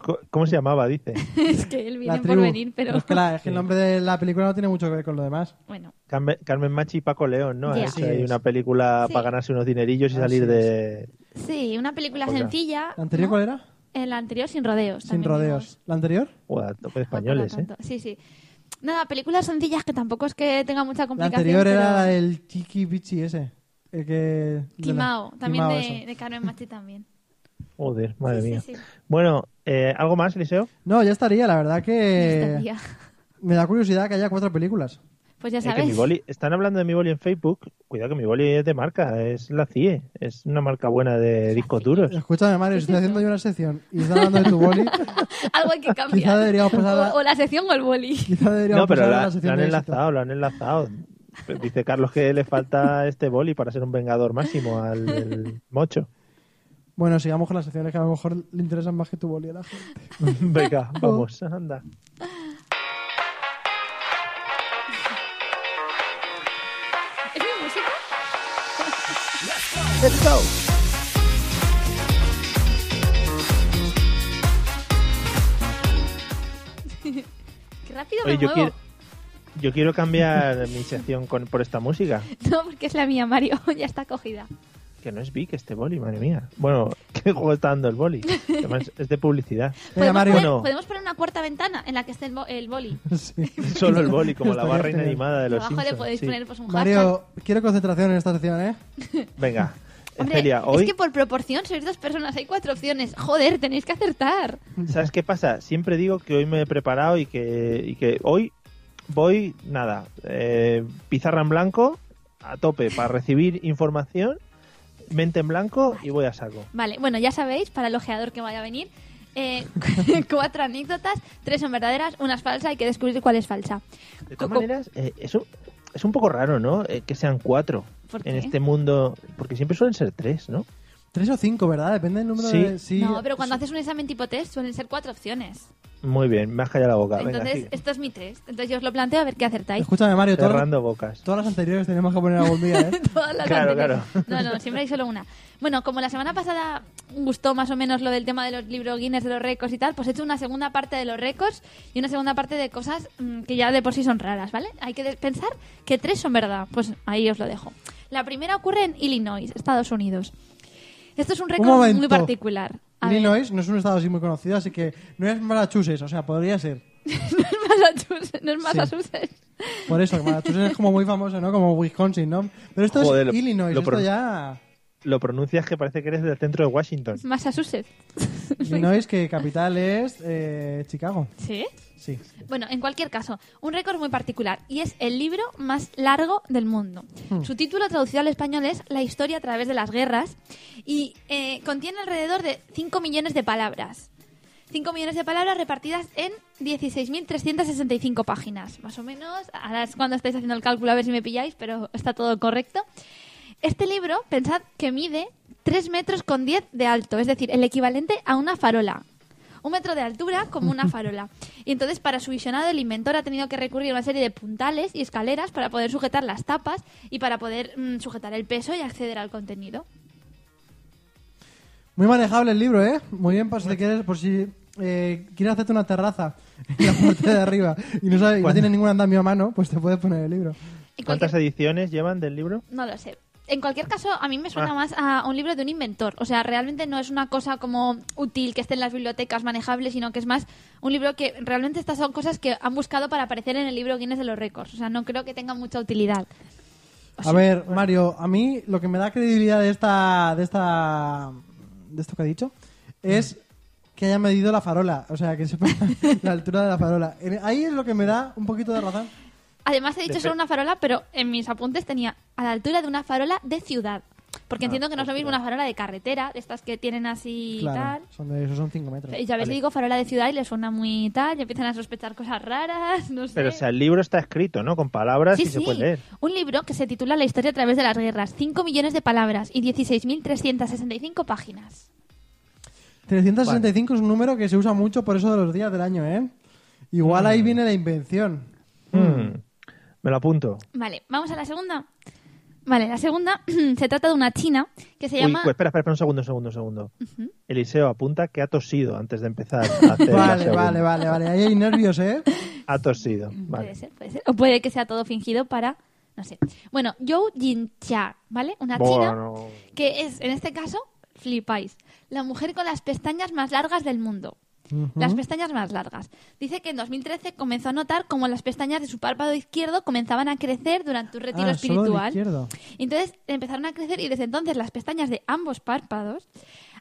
S1: Co- ¿Cómo se llamaba? Dice.
S4: es que él viene por
S3: tribu.
S4: venir, pero
S3: Es que, la- es que el nombre de la película no tiene mucho que ver con lo demás.
S4: bueno.
S1: Carmen, Carmen Machi y Paco León, ¿no?
S4: Ya.
S1: Han hecho ahí
S3: Sí. Ah,
S1: una película
S4: Sí.
S1: para ganarse unos dinerillos y
S3: Así
S1: salir
S3: es.
S1: de...
S4: Sí, una película
S1: Oiga.
S4: sencilla.
S3: ¿La anterior
S4: ¿no?
S3: cuál era?
S4: El anterior sin rodeos.
S3: Sin
S4: también
S3: rodeos.
S4: vimos.
S3: ¿La anterior?
S1: Buah, a tope de
S4: No recuerdo
S1: españoles, ¿eh?
S4: tanto. Sí, sí. Nada, películas sencillas que tampoco es que tenga mucha
S3: La
S4: complicación.
S3: anterior era
S4: pero-
S3: la del Chiqui Bichi ese. El que... de la-
S4: Timao, también
S3: Timao,
S4: de,
S3: eso.
S4: de Carmen Machi también.
S1: Joder, madre
S4: Sí, sí,
S1: mía.
S4: sí.
S1: Bueno, eh, ¿algo más, Eliseo?
S3: No, ya estaría. La verdad
S4: Ya
S3: que...
S4: estaría.
S3: Me da curiosidad que haya cuatro películas.
S4: Pues ya
S1: Eh, que
S4: sabes.
S1: mi boli- están hablando de mi boli en Facebook. Cuidado que mi boli es de marca, es la CIE, es una marca buena
S4: E.
S1: de discos duros.
S3: Escúchame, Mario, estoy haciendo yo una sección y está hablando de tu boli.
S4: Algo hay que cambiar.
S3: Quizá deberíamos pasar a-
S4: o, o la sección o el boli.
S3: Quizá deberíamos
S1: No, pero pues
S3: pasar a
S1: la,
S3: la sección
S1: la han
S3: de éxito.
S1: enlazado, la han enlazado. Pues Dice Carlos que le falta este boli para ser un vengador máximo al del mocho.
S3: Bueno, sigamos con las secciones que a lo mejor le interesan más que tu boli a la gente.
S1: Venga, vamos, anda.
S4: ¿Es mi música? Qué rápido
S1: Oye,
S4: me
S1: yo,
S4: muevo.
S1: quiero, yo quiero cambiar mi sección con, por esta música,
S4: No, porque es la mía, Mario. ya está cogida.
S1: que no es Vic este boli, madre mía. Bueno, qué juego está dando el boli. Además, es de publicidad.
S3: Venga,
S4: ¿Podemos,
S3: Mario.
S4: poner,
S1: Bueno.
S4: podemos poner una cuarta ventana en la que esté el, bo- el boli.
S3: Sí.
S1: Solo el boli, como la
S3: Estaría
S1: barra
S3: genial.
S1: inanimada de los
S4: Abajo le
S1: Simpsons,
S4: podéis
S1: sí.
S4: poner pues, un hashtag.
S3: Mario, quiero concentración en esta sección, ¿eh?
S1: Venga,
S4: Hombre,
S1: Celia, hoy...
S4: es que por proporción sois dos personas, hay cuatro opciones. Joder, tenéis que acertar.
S1: ¿Sabes qué pasa? Siempre digo que hoy me he preparado y que, y que hoy voy, nada, eh, pizarra en blanco, a tope, para recibir información, mente en blanco y voy a saco.
S4: Vale, bueno, ya sabéis, para el ojeador que vaya a venir, eh, cuatro anécdotas, tres son verdaderas, una es falsa, hay que descubrir cuál es falsa.
S1: De todas
S4: Co- co-
S1: maneras, eh, es, un, es un poco raro, ¿no? Eh, que sean cuatro
S4: ¿Por
S1: en
S4: qué?
S1: este mundo, porque siempre suelen ser tres, ¿no?
S3: Tres o cinco, ¿verdad? Depende del número
S1: Sí.
S3: de... Sí.
S4: no, pero cuando haces un examen tipo test suelen ser cuatro opciones.
S1: Muy bien, me has callado la boca. Venga,
S4: Entonces,
S1: sigue.
S4: esto es mi test. Entonces yo os lo planteo a ver qué acertáis.
S3: Escúchame, Mario, todas-
S1: cerrando bocas.
S3: todas las anteriores tenemos que poner algún día, ¿eh?
S4: Todas las
S1: Claro,
S4: anteriores. No, no, siempre hay solo una. Bueno, como la semana pasada gustó más o menos lo del tema de los libros Guinness, de los récords y tal, pues he hecho una segunda parte de los récords y una segunda parte de cosas mm, que ya de por sí son raras, ¿vale? Hay que de- pensar que tres son verdad. Pues ahí os lo dejo. La primera ocurre en Illinois, Estados Unidos. Esto es un
S3: Un
S4: récord
S3: momento.
S4: muy particular. A ver,
S3: Illinois no es un estado así muy conocido, así que no es Massachusetts, o sea, podría ser.
S4: Massachusetts, no es Massachusetts.
S3: Por eso, que Massachusetts es como muy famoso, ¿no? Como Wisconsin, ¿no? Pero esto
S1: Joder,
S3: es
S1: lo-
S3: Illinois,
S1: lo
S3: esto
S1: pronun-
S3: ya...
S1: Lo pronuncias que parece que eres del centro de Washington.
S4: Massachusetts.
S3: Illinois, que capital es eh, Chicago.
S4: ¿Sí?
S3: Sí.
S4: Bueno, en cualquier caso, un récord muy particular y es el libro más largo del mundo. Su título traducido al español es La historia a través de las guerras y eh, contiene alrededor de 5 millones de palabras. 5 millones de palabras repartidas en 16.365 páginas, más o menos. Ahora es cuando estáis haciendo el cálculo a ver si me pilláis, pero está todo correcto. Este libro, pensad que mide 3 metros con 10 de alto, es decir, el equivalente a una farola. Un metro de altura como una farola. Y entonces, para su visionado, el inventor ha tenido que recurrir a una serie de puntales y escaleras para poder sujetar las tapas y para poder mm, sujetar el peso y acceder al contenido.
S3: Muy manejable el libro, ¿eh? Muy bien, por si, te quieres, por si eh, quieres hacerte una terraza en la parte de arriba y no, sabes, y no tienes ningún andamio a mano, pues te puedes poner el libro.
S4: En
S1: ¿Cuántas
S4: cualquier-
S1: ediciones llevan del libro?
S4: No lo sé. En cualquier caso, a mí me suena más a un libro de un inventor. O sea, realmente no es una cosa como útil que esté en las bibliotecas manejable, sino que es más un libro que realmente estas son cosas que han buscado para aparecer en el libro Guinness de los récords. O sea, no creo que tenga mucha utilidad.
S3: A ver, Mario, a mí lo que me da credibilidad de esta. de esta. de esto que ha dicho es que haya medido la farola, o sea, que sepa la altura de la farola. En- Ahí es lo que me da un poquito de razón.
S4: Además, he dicho solo una farola, pero en mis apuntes tenía a la altura de una farola de ciudad. Porque entiendo que no es lo mismo una farola de carretera, de estas que tienen así y
S3: Claro, son de esos son 5 metros.
S4: tal. Y ya ves, le digo farola de ciudad y les suena muy tal, y empiezan a sospechar cosas raras, no sé.
S1: Pero o sea, el libro está escrito, ¿no? Con palabras
S4: Sí,
S1: y Ah, se
S4: sí.
S1: puede leer.
S4: Un libro que se titula La historia a través de las guerras, 5 millones de palabras y 16.365 páginas.
S3: 365 es un número que se usa mucho por eso de los días del año, ¿eh? Igual ahí viene la invención.
S1: Mm. Me lo apunto.
S4: Vale, vamos a la segunda. Vale, la segunda se trata de una china que se
S1: Uy,
S4: llama...
S1: pues, espera, espera, espera, un segundo, un segundo, un segundo. Eliseo apunta que ha tosido antes de empezar a hacer la
S3: Vale,
S1: segunda.
S3: vale, vale, vale. Ahí hay nervios, ¿eh?
S1: Ha tosido. Vale.
S4: Puede ser, puede ser. O puede que sea todo fingido para... No sé. Bueno, Zhou Jincha, ¿vale? Una china...
S1: Bueno,
S4: que es, en este caso, flipáis, la mujer con las pestañas más largas del mundo. Las pestañas más largas. Dice que en 2013 comenzó a notar cómo las pestañas de su párpado izquierdo comenzaban a crecer durante un retiro
S3: Ah, solo del
S4: espiritual.
S3: izquierdo.
S4: Entonces empezaron a crecer y desde entonces las pestañas de ambos párpados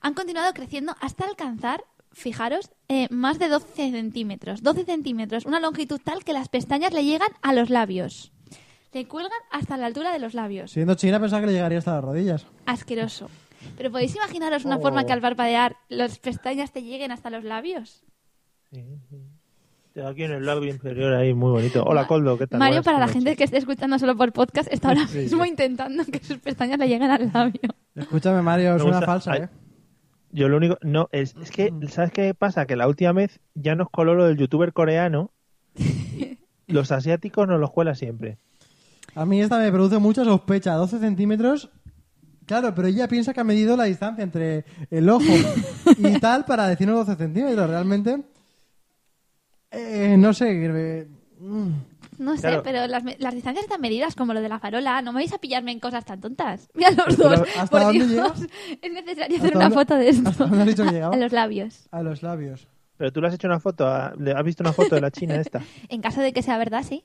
S4: han continuado creciendo hasta alcanzar, fijaros, eh, más de 12 centímetros. 12 centímetros, una longitud tal que las pestañas le llegan a los labios. Le cuelgan hasta la altura de los labios
S3: Siendo china pensaba que le llegaría hasta las rodillas.
S4: asqueroso. Pero podéis imaginaros una forma
S3: Oh.
S4: que al parpadear las pestañas te lleguen hasta los labios.
S1: tengo aquí en el labio inferior ahí, muy bonito. Hola, Coldo, ¿qué tal?
S4: Mario,
S1: Buenas
S4: para la
S1: noches.
S4: gente que esté escuchando solo por podcast, está ahora mismo intentando que sus pestañas le lleguen al labio.
S3: Escúchame, Mario, es
S1: Me
S3: una
S1: gusta-
S3: falsa,
S1: ay.
S3: ¿eh?
S1: Yo lo único. No, es, es que,
S4: Mm.
S1: ¿sabes qué pasa? Que la última vez ya nos coló lo del youtuber coreano. Los asiáticos nos los cuela siempre.
S3: A mí esta me produce mucha sospecha. 12 centímetros. Claro, pero ella piensa que ha medido la distancia entre el ojo y tal para decirnos 12 centímetros. Realmente. eh, no sé. eh, mm.
S4: No sé,
S1: Claro.
S4: pero las, me- las distancias están medidas, como lo de la farola. No me vais a pillarme en cosas tan tontas. Mira los
S3: Pero,
S4: dos.
S3: ¿hasta
S4: por
S3: dónde
S4: Dios.
S3: llegas?
S4: Es necesario
S3: ¿Hasta
S4: hacer una
S3: dónde-
S4: foto de esto.
S3: hasta dónde has dicho que llegaba?
S4: A los labios.
S3: A los labios.
S1: Pero tú le has hecho una foto. a- le- ¿Has visto una foto de la China esta?
S4: En caso de que sea verdad, sí.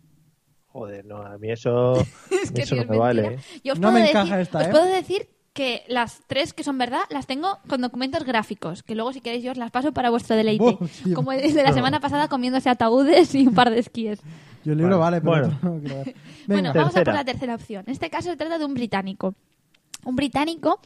S1: Joder, no, a mí eso.
S4: Es que
S1: eso
S4: tío,
S1: no
S4: es
S1: me vale. ¿eh?
S4: mentira. Yo os
S3: No
S4: puedo
S3: me
S4: decir,
S3: encaja esta,
S4: os
S3: ¿eh?
S4: puedo decir que las tres que son verdad las tengo con documentos gráficos, que luego si queréis yo os las paso para vuestro deleite.
S3: Buah, tío.
S4: Como el de la semana pasada comiéndose ataúdes y un par de esquíes.
S3: Yo el libro vale,
S1: Vale, bueno.
S3: pero otro no lo quiero ver.
S4: Bueno,
S3: Venga,
S4: vamos a por
S1: Tercera.
S4: la tercera opción. En este caso se trata de un británico. Un británico,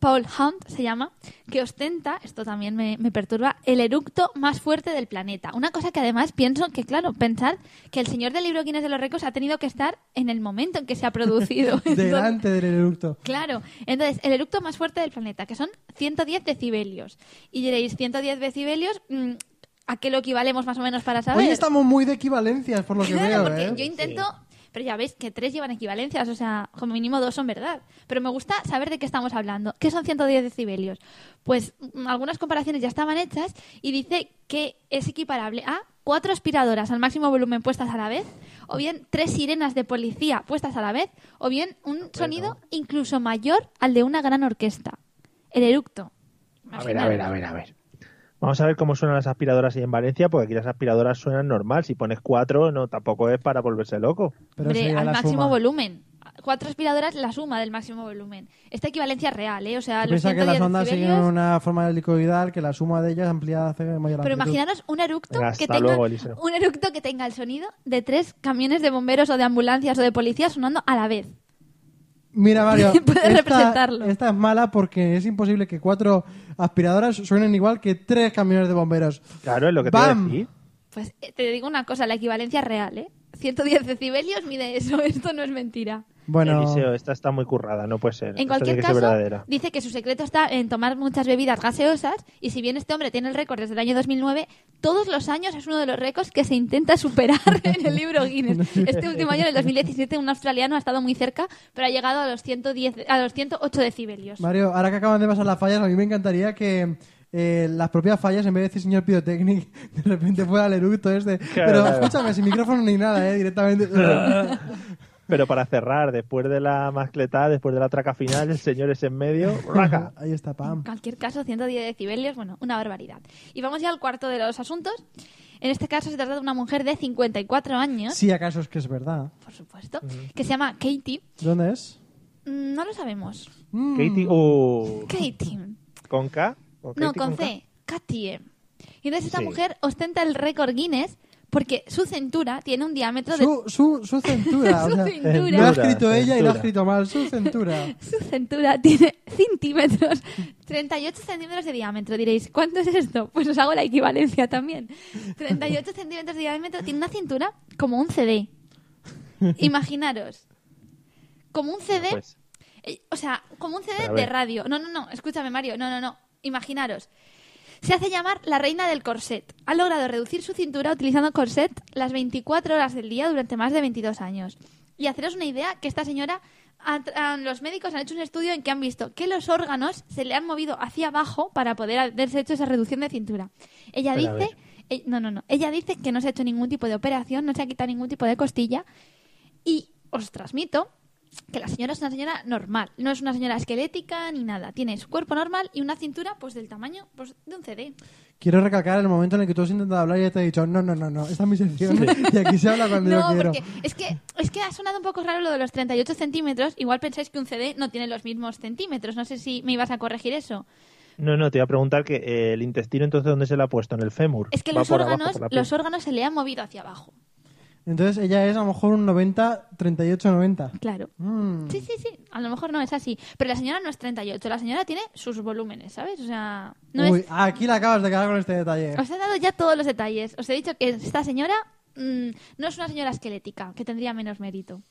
S4: Paul Hunt se llama, que ostenta, esto también me, me perturba, el eructo más fuerte del planeta. Una cosa que además pienso que, claro, pensad que el señor del libro Guinness de los Récords ha tenido que estar en el momento en que se ha producido. Entonces,
S3: delante del eructo.
S4: Claro, entonces el eructo más fuerte del planeta, que son 110 decibelios. Y diréis, 110 decibelios, mm, ¿a qué lo equivalemos más o menos para saber?
S3: Hoy estamos muy de equivalencias, por lo que
S4: Claro,
S3: veo,
S4: porque
S3: ¿eh?
S4: yo intento, pero ya veis que tres llevan equivalencias, o sea, como mínimo dos son verdad. Pero me gusta saber de qué estamos hablando. ¿Qué son 110 decibelios? Pues mm, algunas comparaciones ya estaban hechas y dice que es equiparable a cuatro aspiradoras al máximo volumen puestas a la vez, o bien tres sirenas de policía puestas a la vez, o bien un sonido incluso mayor al de una gran orquesta. El eructo.
S2: A ver, a ver, a ver, a ver.
S1: Vamos a ver cómo suenan las aspiradoras ahí en Valencia, porque aquí las aspiradoras suenan normal. Si pones cuatro, no, tampoco es para volverse loco.
S3: Pero
S4: Hombre,
S3: sería
S4: al
S3: la
S4: máximo
S3: suma.
S4: volumen. Cuatro aspiradoras, la suma del máximo volumen. Esta equivalencia es real, ¿eh? O sea, los
S3: Piensa que las
S4: 110
S3: ondas siguen
S4: decibelios-
S3: una forma helicoidal que la suma de ellas ampliada hace mayor amplitud.
S4: Pero imaginaros un eructo,
S1: Venga,
S4: que
S1: hasta
S4: tenga,
S1: luego, Eliseo.
S4: un eructo que tenga el sonido de tres camiones de bomberos o de ambulancias o de policías sonando a la vez.
S3: Mira, Mario,
S4: Puedes
S3: esta,
S4: representarlo.
S3: esta es mala porque es imposible que cuatro aspiradoras suenen igual que tres camiones de bomberos.
S1: Claro, es lo que te
S3: ¡Bam!
S1: voy a decir.
S4: Pues eh, te digo una cosa, la equivalencia es real, ¿eh? 110 decibelios, mide eso, esto no es mentira.
S3: Bueno,
S1: Eliseo, esta está muy currada, no puede ser. Esto
S4: En
S1: tiene
S4: cualquier
S1: que
S4: caso,
S1: ser verdadera.
S4: dice que su secreto está en tomar muchas bebidas gaseosas y si bien este hombre tiene el récord desde el año 2009, todos los años es uno de los récords que se intenta superar en el libro Guinness. Este último año, en el 2017, un australiano ha estado muy cerca, pero ha llegado a los 110, a los 108 decibelios.
S3: Mario, ahora que acaban de pasar las fallas, a mí me encantaría que eh, las propias fallas, en vez de decir señor Pidotecnic, de repente fuera el eructo este. Pero
S1: Claro.
S3: escúchame, sin micrófono ni nada, ¿eh? Directamente.
S1: Pero para cerrar, después de la mascletada, después de la traca final, el señor es en medio. ¡raca!
S3: Ahí está,
S4: En
S3: pam.
S4: cualquier caso, 110 decibelios, bueno, una barbaridad. Y vamos ya al cuarto de los asuntos. En este caso se trata de una mujer de 54 años,
S3: Si acaso es que es verdad.
S4: por supuesto, que se llama Katie.
S3: ¿Dónde es?
S4: Mm, No lo sabemos.
S3: Mm.
S1: Katie, uh,
S4: Katie.
S1: ¿Con K?
S4: No,
S1: Katie
S4: con
S1: K?
S4: C. Katie. Y entonces esta
S1: Sí.
S4: mujer ostenta el récord Guinness porque su cintura tiene un diámetro de...
S3: Su, su, su centura.
S4: Su
S3: o sea,
S4: cintura.
S3: Lo ha escrito
S1: Centura,
S3: ella y lo
S1: centura.
S3: ha escrito mal. Su centura.
S4: Su cintura tiene centímetros, 38 centímetros de diámetro. Diréis, ¿cuánto es esto? Pues os hago la equivalencia también. 38 centímetros de diámetro tiene una cintura como un CD. Imaginaros. Como un CD,
S1: Pues,
S4: eh, o sea, como un CD
S1: Pero a
S4: de
S1: ver.
S4: radio. No, no, no, escúchame Mario, no, no, no. Imaginaros. Se hace llamar la reina del corset. Ha logrado reducir su cintura utilizando corset las 24 horas del día durante más de 22 años. Y haceros una idea que esta señora, ha tra- ah, los médicos han hecho un estudio en que han visto que los órganos se le han movido hacia abajo para poder haberse hecho esa reducción de cintura. Ella
S1: Pero a
S4: dice, eh, no, no, no, ella dice que no se ha hecho ningún tipo de operación, no se ha quitado ningún tipo de costilla y os transmito que la señora es una señora normal, no es una señora esquelética ni nada, tiene su cuerpo normal y una cintura pues del tamaño pues, de un CD.
S3: Quiero recalcar el momento en el que tú has intentado hablar y ya te he dicho, no, no, no, no, esta es mi sección y aquí se habla cuando yo
S4: No,
S3: quiero.
S4: porque es que, es que ha sonado un poco raro lo de los 38 centímetros. Igual pensáis que un CD no tiene los mismos centímetros. No sé si me ibas a corregir eso.
S1: no, no, te iba a preguntar que eh, el intestino, entonces, ¿dónde se le ha puesto? En el fémur.
S4: Es que
S1: Va
S4: los
S1: por abajo,
S4: órganos,
S1: por la piel.
S4: los órganos se le han movido hacia abajo.
S3: Entonces ella es a lo mejor un 90, 38, 90.
S4: Claro.
S3: Mm.
S4: Sí, sí, sí. A lo mejor no es así. Pero la señora no es 38. La señora tiene sus volúmenes, ¿sabes? O sea, no es
S3: Uy, aquí la acabas de quedar con este detalle.
S4: Os he dado ya todos los detalles. Os he dicho que esta señora mm, no es una señora esquelética, que tendría menos mérito.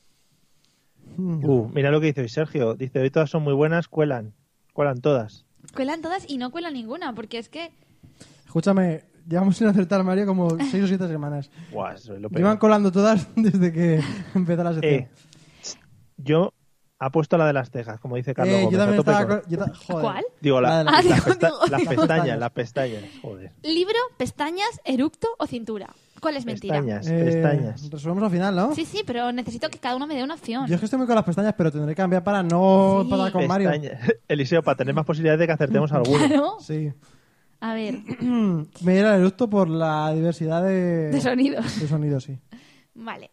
S3: Mm.
S1: Uh, mira lo que dice hoy Sergio. Dice, hoy todas son muy buenas, cuelan. Cuelan todas.
S4: Cuelan todas y no cuelan ninguna, porque es que
S3: Escúchame, llevamos sin acertar Mario como 6 o 7 semanas.
S1: Buah, eso es lo peor.
S3: Llevan colando todas desde que empezó la sección.
S1: Eh, yo apuesto a la de las cejas, como dice Carlos
S3: Eh, yo
S1: Gómez. a
S3: también
S1: tope
S3: estaba...
S1: con-
S3: co- yo ta- joder.
S4: ¿Cuál?
S1: Digo, la-
S3: La de las
S4: Ah,
S1: las,
S4: digo,
S1: pesta-
S4: digo.
S1: las
S3: Las
S1: pestañas,
S3: pestañas.
S1: las pestañas. Joder.
S4: libro, pestañas, eructo o cintura. ¿Cuál es mentira?
S1: Pestañas,
S3: Eh,
S1: pestañas.
S3: Resolvemos al final, ¿no?
S4: Sí, sí, pero necesito que cada uno me dé una opción.
S3: Yo es que estoy muy con las pestañas, pero tendré que cambiar para no
S4: Sí.
S3: parar con Mario.
S1: Pestañas. Eliseo, para tener más posibilidades de que acertemos alguno.
S4: Claro.
S3: Sí.
S4: A ver,
S3: Mm, Me era el eructo por la diversidad de,
S4: de sonidos.
S3: de sonidos, sí.
S4: Vale.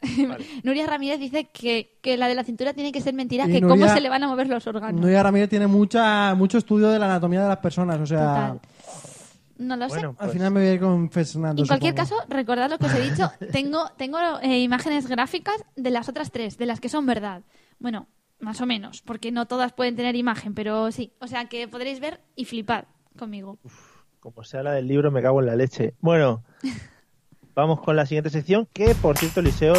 S4: Nuria Ramírez dice que, que la de la cintura tiene que ser mentira,
S3: Y
S4: que cómo
S3: Nuria-
S4: se le van a mover los órganos.
S3: Nuria Ramírez tiene mucha, mucho estudio de la anatomía de las personas, o sea,
S4: Total. No lo sé.
S1: Bueno,
S3: al
S1: pues,
S3: final me voy a ir con Fernando.
S4: En cualquier
S3: supongo.
S4: caso, recordad lo que os he dicho. Tengo, tengo eh, imágenes gráficas de las otras tres, de las que son verdad. Bueno, más o menos, porque no todas pueden tener imagen, pero sí. O sea que podréis ver y flipar conmigo.
S1: como sea la del libro, me cago en la leche. Bueno, vamos con la siguiente sección, que por cierto, Eliseo.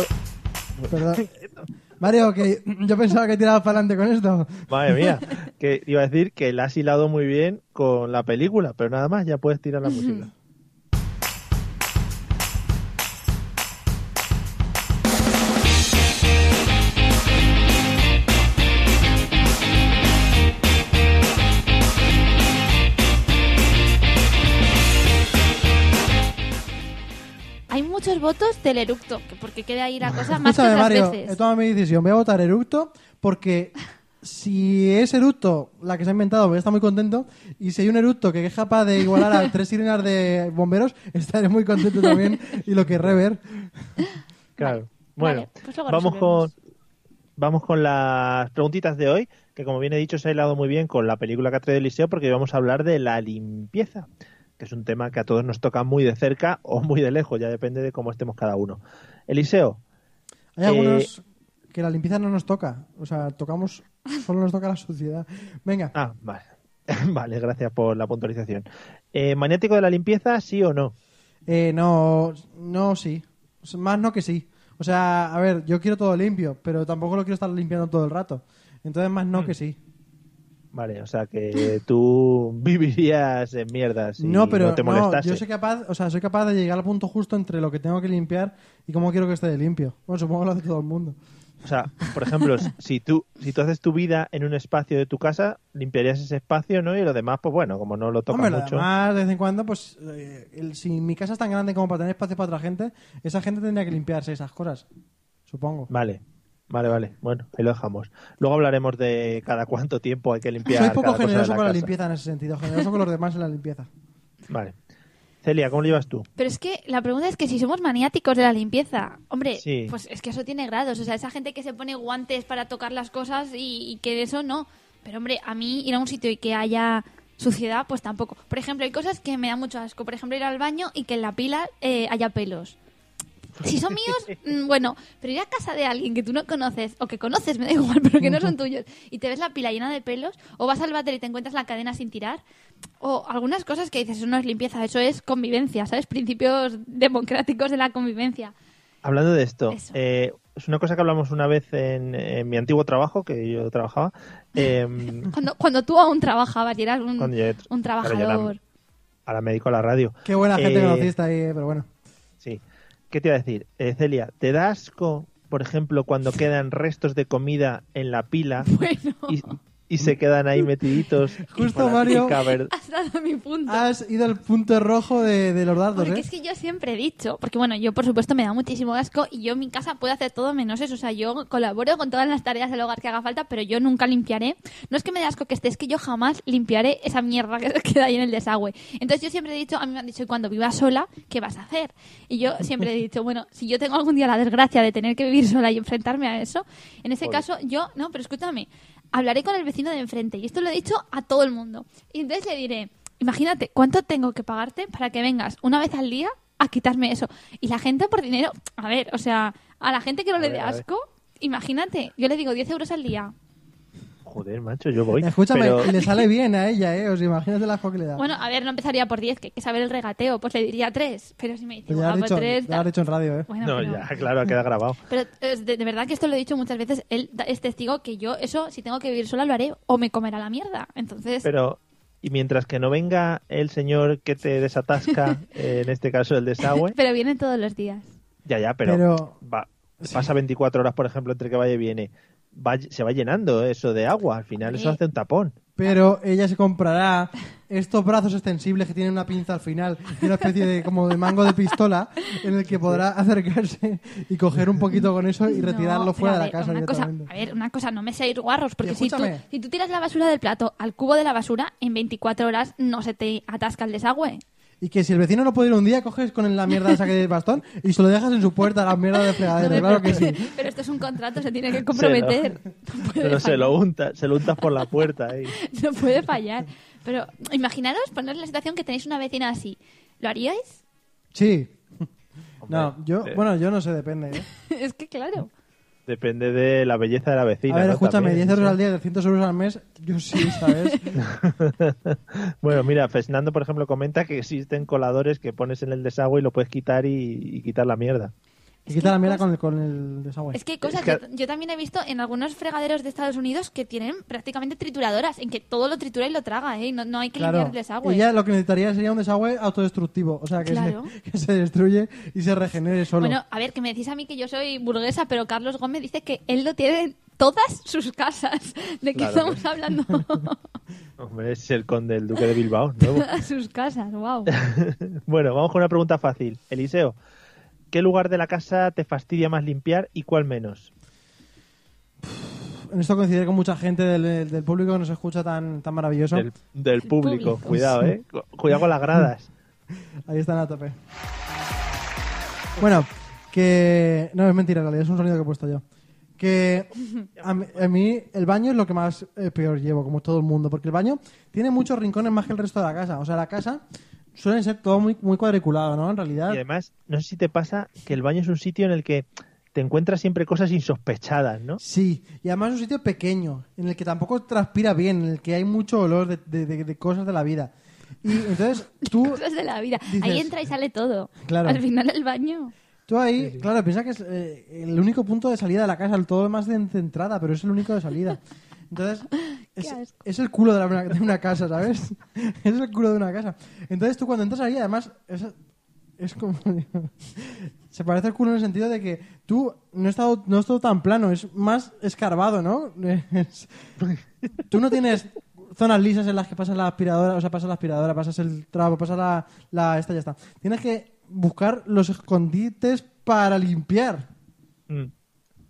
S3: Perdón. Mario, que yo pensaba que tirabas para adelante con esto.
S1: Madre mía, que iba a decir que la has hilado muy bien con la película, pero nada más, ya puedes tirar la música.
S4: Hay muchos votos del eructo, que- porque queda ahí la cosa más que
S3: Escúchame,
S4: otras
S3: Mario, he
S4: veces.
S3: tomado mi decisión. Voy a votar eructo porque si es eructo la que se ha inventado, voy a estar muy contento. Y si hay un eructo que es capaz de igualar a tres sirenas de bomberos, estaré muy contento también y lo querré ver.
S1: Claro. Bueno,
S4: vale, pues luego
S1: vamos con
S4: resolvemos.
S1: vamos con las preguntitas de hoy, que como bien he dicho se ha hilado muy bien con la película que ha traído Eliseo, porque hoy vamos a hablar de la limpieza, que es un tema que a todos nos toca muy de cerca o muy de lejos, ya depende de cómo estemos cada uno. Eliseo,
S3: Hay
S1: Eh,
S3: algunos que la limpieza no nos toca. O sea, tocamos, solo nos toca la suciedad. Venga,
S1: ah, vale, vale, gracias por la puntualización. Eh, maniático de la limpieza, sí o no?
S3: eh, no, no, sí. O sea, Más no que sí. O sea, a ver, yo quiero todo limpio, pero tampoco lo quiero estar limpiando todo el rato. Entonces, más
S1: Mm.
S3: no que sí.
S1: Vale, o sea que tú vivirías en mierda si
S3: no, pero
S1: te
S3: no,
S1: molestase.
S3: yo soy capaz, o sea, soy capaz de llegar al punto justo entre lo que tengo que limpiar y cómo quiero que esté de limpio. Bueno, supongo que lo hace todo el mundo.
S1: O sea, por ejemplo, si tú, si tú haces tu vida en un espacio de tu casa, limpiarías ese espacio, ¿no? Y lo demás, pues bueno, como no lo tocas
S3: Hombre,
S1: mucho.
S3: además, de vez en cuando, pues, eh, el- si mi casa es tan grande como para tener espacio para otra gente, esa gente tendría que limpiarse esas cosas, supongo.
S1: Vale, vale, vale. Bueno, ahí lo dejamos. Luego hablaremos de cada cuánto tiempo hay que limpiar.
S3: Soy poco
S1: cada cosa de
S3: generoso
S1: la
S3: con la
S1: casa.
S3: limpieza en ese sentido, generoso con los demás en la limpieza.
S1: Vale. Celia, ¿cómo lo llevas tú?
S4: Pero es que la pregunta es que si somos maniáticos de la limpieza, hombre,
S1: Sí.
S4: pues es que eso tiene grados. O sea, esa gente que se pone guantes para tocar las cosas y, y que de eso no. Pero hombre, a mí ir a un sitio y que haya Suciedad, pues tampoco. Por ejemplo, hay cosas que me da mucho asco. Por ejemplo, ir al baño y que en la pila eh, haya pelos. Pues Si son míos, mm, bueno, pero ir a casa de alguien que tú no conoces, o que conoces, me da igual, pero que no son tuyos, y te ves la pila llena de pelos, o vas al váter y te encuentras la cadena sin tirar, o algunas cosas que dices, eso no es limpieza, eso es convivencia, ¿sabes? Principios democráticos de la convivencia.
S1: Hablando de esto,
S4: Eso.
S1: eh, es una cosa que hablamos una vez en, en mi antiguo trabajo, que yo trabajaba, eh,
S4: Cuando, cuando tú aún trabajabas y eras un,
S1: cuando yo
S4: un
S1: claro, yo
S4: trabajador.
S1: la- ahora me dedico a la radio.
S3: Qué buena gente
S1: Eh,
S3: conociste ahí, eh, pero bueno.
S1: Sí. ¿Qué te iba a decir? Eh, Celia, ¿te da asco, por ejemplo, cuando quedan restos de comida en la pila
S4: Bueno,
S1: y, y se quedan ahí metiditos? y
S3: Justo,
S1: con la
S3: Mario.
S1: pica verde?
S4: has dado mi punto.
S1: Ah,
S3: Has ido al punto rojo de, de los dardos,
S4: Porque
S3: ¿eh?
S4: es que yo siempre he dicho, porque bueno, yo por supuesto me da muchísimo asco y yo en mi casa puedo hacer todo menos eso. O sea, yo colaboro con todas las tareas del hogar que haga falta, pero yo nunca limpiaré. No es que me dé asco que esté, es que yo jamás limpiaré esa mierda que se queda ahí en el desagüe. Entonces yo siempre he dicho, a mí me han dicho, "Y cuando vivas sola, ¿qué vas a hacer? Y yo siempre he dicho, bueno, si yo tengo algún día la desgracia de tener que vivir sola y enfrentarme a eso, en ese caso yo, no, pero escúchame, hablaré con el vecino de enfrente y esto lo he dicho a todo el mundo. Y entonces le diré, Imagínate, ¿cuánto tengo que pagarte para que vengas una vez al día a quitarme eso? Y la gente por dinero, a ver, o sea, a la gente que no le dé
S1: ver, a ver.
S4: asco, imagínate, yo le digo 10 euros al día.
S1: Joder, macho, yo voy.
S3: Escúchame,
S1: pero-
S3: y le sale bien a ella, ¿eh? Os imaginas el asco que le da.
S4: Bueno, a ver, no empezaría por 10, que hay que saber el regateo, pues le diría 3, pero si me dice,
S3: Pero ya lo
S4: "Guau,
S3: has
S4: pues
S3: dicho,
S4: tres,
S3: ya lo has
S4: da-".
S3: dicho en radio, ¿eh?
S4: Bueno,
S1: No,
S4: pero-
S1: ya, claro, queda grabado.
S4: Pero es de, de verdad que esto lo he dicho muchas veces, él da- es testigo que yo eso, si tengo que vivir sola, lo haré o me comerá la mierda. Entonces,
S1: Pero, y mientras que no venga el señor que te desatasca, eh, en este caso el desagüe,
S4: pero viene todos los días.
S1: ya, ya, pero,
S3: Pero-
S1: va- pasa 24 horas, por ejemplo, entre que vaya y viene. Va- se va llenando eso de agua, al final eso
S4: Hombre.
S1: hace un tapón.
S3: Pero ella se comprará estos brazos extensibles que tienen una pinza al final y una especie de como de mango de pistola en el que podrá acercarse y coger un poquito con eso y
S4: No,
S3: retirarlo
S4: pero
S3: fuera de
S4: a
S3: la
S4: ver,
S3: casa
S4: una cosa-
S3: directamente.
S4: a ver, una cosa, no me seáis guarros, porque si tú,
S3: escúchame.
S4: si tú tiras la basura del plato al cubo de la basura, en 24 horas no se te atasca el desagüe.
S3: Y que si el vecino no puede ir un día, coges con la mierda esa que del bastón y se lo dejas en su puerta la mierda de fregadero,
S4: No me-
S3: claro Ah, que sí.
S4: Pero esto es un contrato, se tiene que comprometer. No puede
S1: Pero se
S4: fallar.
S1: lo unta, se lo untas por la puerta. ahí.
S4: No puede fallar. Pero imaginaros poner la situación que tenéis una vecina así. ¿Lo haríais?
S3: Sí. No, yo,
S1: eh.
S3: bueno, yo no sé, depende. ¿eh?
S4: es que claro.
S1: Depende de la belleza de la vecina.
S3: A ver,
S1: ¿no?
S3: escúchame,
S1: También.
S3: 10 euros al día, 300 euros al mes, yo sí, ¿sabes?
S1: Bueno, mira, Fernando, por ejemplo, comenta que existen coladores que pones en el desagüe y lo puedes quitar y, y quitar la mierda.
S3: Y
S4: Es
S3: quita
S4: que
S3: la mierda
S4: cosa-
S3: con el, con el desagüe.
S4: Es que hay cosas,
S1: Es que-
S4: yo, yo también he visto en algunos fregaderos de Estados Unidos que tienen prácticamente trituradoras, en que todo lo tritura y lo traga, ¿eh? No, no hay que limpiar el desagüe.
S3: Ella lo que necesitaría sería un desagüe autodestructivo, o sea, que,
S4: Claro.
S3: se, que se destruye y se regenere solo.
S4: Bueno, a ver, que me decís a mí que yo soy burguesa, pero Carlos Gómez dice que él lo tiene en todas sus casas. ¿De qué
S1: Claro,
S4: estamos
S1: pues.
S4: hablando?
S1: Hombre, es el conde, el duque de Bilbao, nuevo.
S4: todas sus casas, wow.
S1: Bueno, vamos con una pregunta fácil. Eliseo, ¿qué lugar de la casa te fastidia más limpiar y cuál menos?
S3: En esto coincide con mucha gente del, del público que nos escucha tan, tan maravilloso.
S1: Del, del público.
S4: público.
S1: Cuidado, ¿eh? Cu- Cuidado con las gradas.
S3: Ahí están a tope. Bueno, que... No, es mentira, en realidad es un sonido que he puesto yo. Que a mí, a mí el baño es lo que más eh, peor llevo, como todo el mundo, porque el baño tiene muchos rincones más que el resto de la casa. O sea, la casa suelen ser todo muy, muy cuadriculado, ¿no? En realidad...
S1: Y además, no sé si te pasa que el baño es un sitio en el que te encuentras siempre cosas insospechadas, ¿no?
S3: Sí, y además es un sitio pequeño, en el que tampoco transpira bien, en el que hay mucho olor de, de- de- de cosas de la vida. Y entonces tú,
S4: Cosas de la vida.
S3: Dices-
S4: Ahí entra y sale todo.
S3: Claro.
S4: Al final el baño.
S3: tú ahí, claro, piensa que es eh, el único punto de salida de la casa, el todo más de, de entrada, pero es el único de salida. Entonces, es,
S4: asco.
S3: es el culo de, la- de una casa, ¿sabes? es el culo de una casa. Entonces tú cuando entras ahí, además, es, es como... Se parece al culo en el sentido de que tú no, está, no es todo tan plano, es más escarbado, ¿no? Es- tú no tienes zonas lisas en las que pasas la aspiradora, o sea, pasas la aspiradora, pasas el trapo, pasas la, la esta, ya está. Tienes que buscar los escondites para limpiar.
S1: Mm.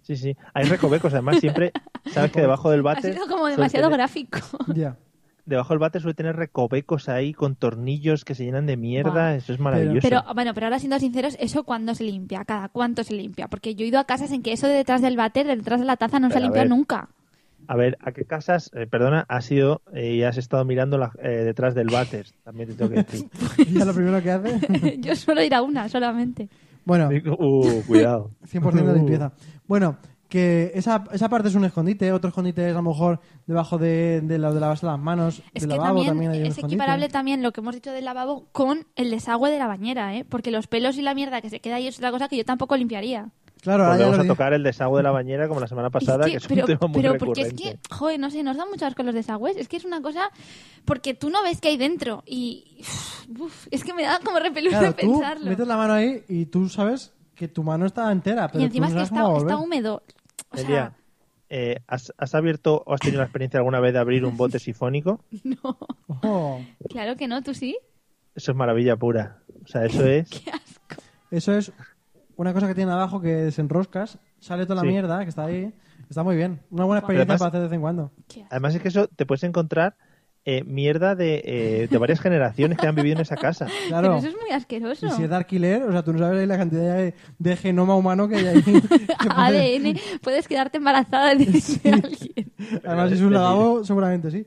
S1: Sí, sí. Hay recovecos, además, siempre. Sabes que debajo del
S4: Ha
S1: váter.
S4: sido como
S1: suele
S4: demasiado
S1: tener-
S4: gráfico.
S3: Ya.
S1: Debajo del váter suele tener recovecos ahí con tornillos que se llenan de mierda.
S4: Buah.
S1: Eso es maravilloso.
S4: Pero bueno, pero ahora siendo sinceros, ¿eso cuándo se limpia? ¿Cada cuánto se limpia? Porque yo he ido a casas en que eso de detrás del váter, de detrás de la taza, no se ha
S1: Pero, a
S4: limpiado
S1: ver.
S4: nunca.
S1: A ver, ¿a qué casas, eh, perdona, has ido eh, y has estado mirando la- eh, detrás del váter? También te tengo que decir.
S3: ¿Y es lo primero que hace?
S4: Yo suelo ir a una solamente.
S3: Bueno,
S1: Uh, cuidado. Uh.
S3: 100% de limpieza. Bueno, que esa, esa parte es un escondite, otro escondite es a lo mejor debajo de, de la de lavarse las manos,
S4: Es
S3: del
S4: que
S3: lavabo
S4: también,
S3: también, hay un
S4: es
S3: escondite.
S4: equiparable también lo que hemos dicho del lavabo con el desagüe de la bañera, ¿eh? Porque los pelos y la mierda que se queda ahí es otra cosa que yo tampoco limpiaría.
S3: Claro, ahora ya
S1: Volvemos
S3: lo
S1: Pues a
S3: di-
S1: tocar el desagüe de la bañera como la semana pasada, que,
S4: Es
S1: es un
S4: pero,
S1: tema muy
S4: pero porque
S1: recurrente.
S4: es que, joder, no sé, nos da mucho asco los desagües. Es que es una cosa porque tú no ves qué hay dentro y uf, es que me da como repelús
S3: Claro,
S4: de
S3: tú
S4: pensarlo.
S3: metes la mano ahí y tú sabes que tu mano está entera, pero
S4: Y encima
S3: tú
S4: es
S3: no
S4: que
S3: sabes cómo
S4: está,
S3: volver.
S4: está húmedo. O sea,
S1: Elia, eh, ¿has, has abierto o has tenido la experiencia alguna vez de abrir un bote sifónico?
S4: no,
S3: Ojo.
S4: claro que no, tú sí.
S1: Eso es maravilla pura. O sea, eso es...
S3: Eso es una cosa que tiene abajo que desenroscas, sale toda la
S1: Sí.
S3: mierda que está ahí. Está muy bien. Una buena experiencia
S1: Además-
S3: para hacer de vez en cuando.
S4: Qué asco.
S1: Además es que eso te puedes encontrar eh, mierda de, eh, de varias generaciones que han vivido en esa casa.
S3: Claro.
S4: Pero eso es muy asqueroso.
S3: Y si es de alquiler, o sea, tú no sabes ahí la cantidad de, de genoma humano que hay ahí. Que puede-
S4: ADN, puedes quedarte embarazada de, de alguien.
S3: Además, si es un lavabo, seguramente sí.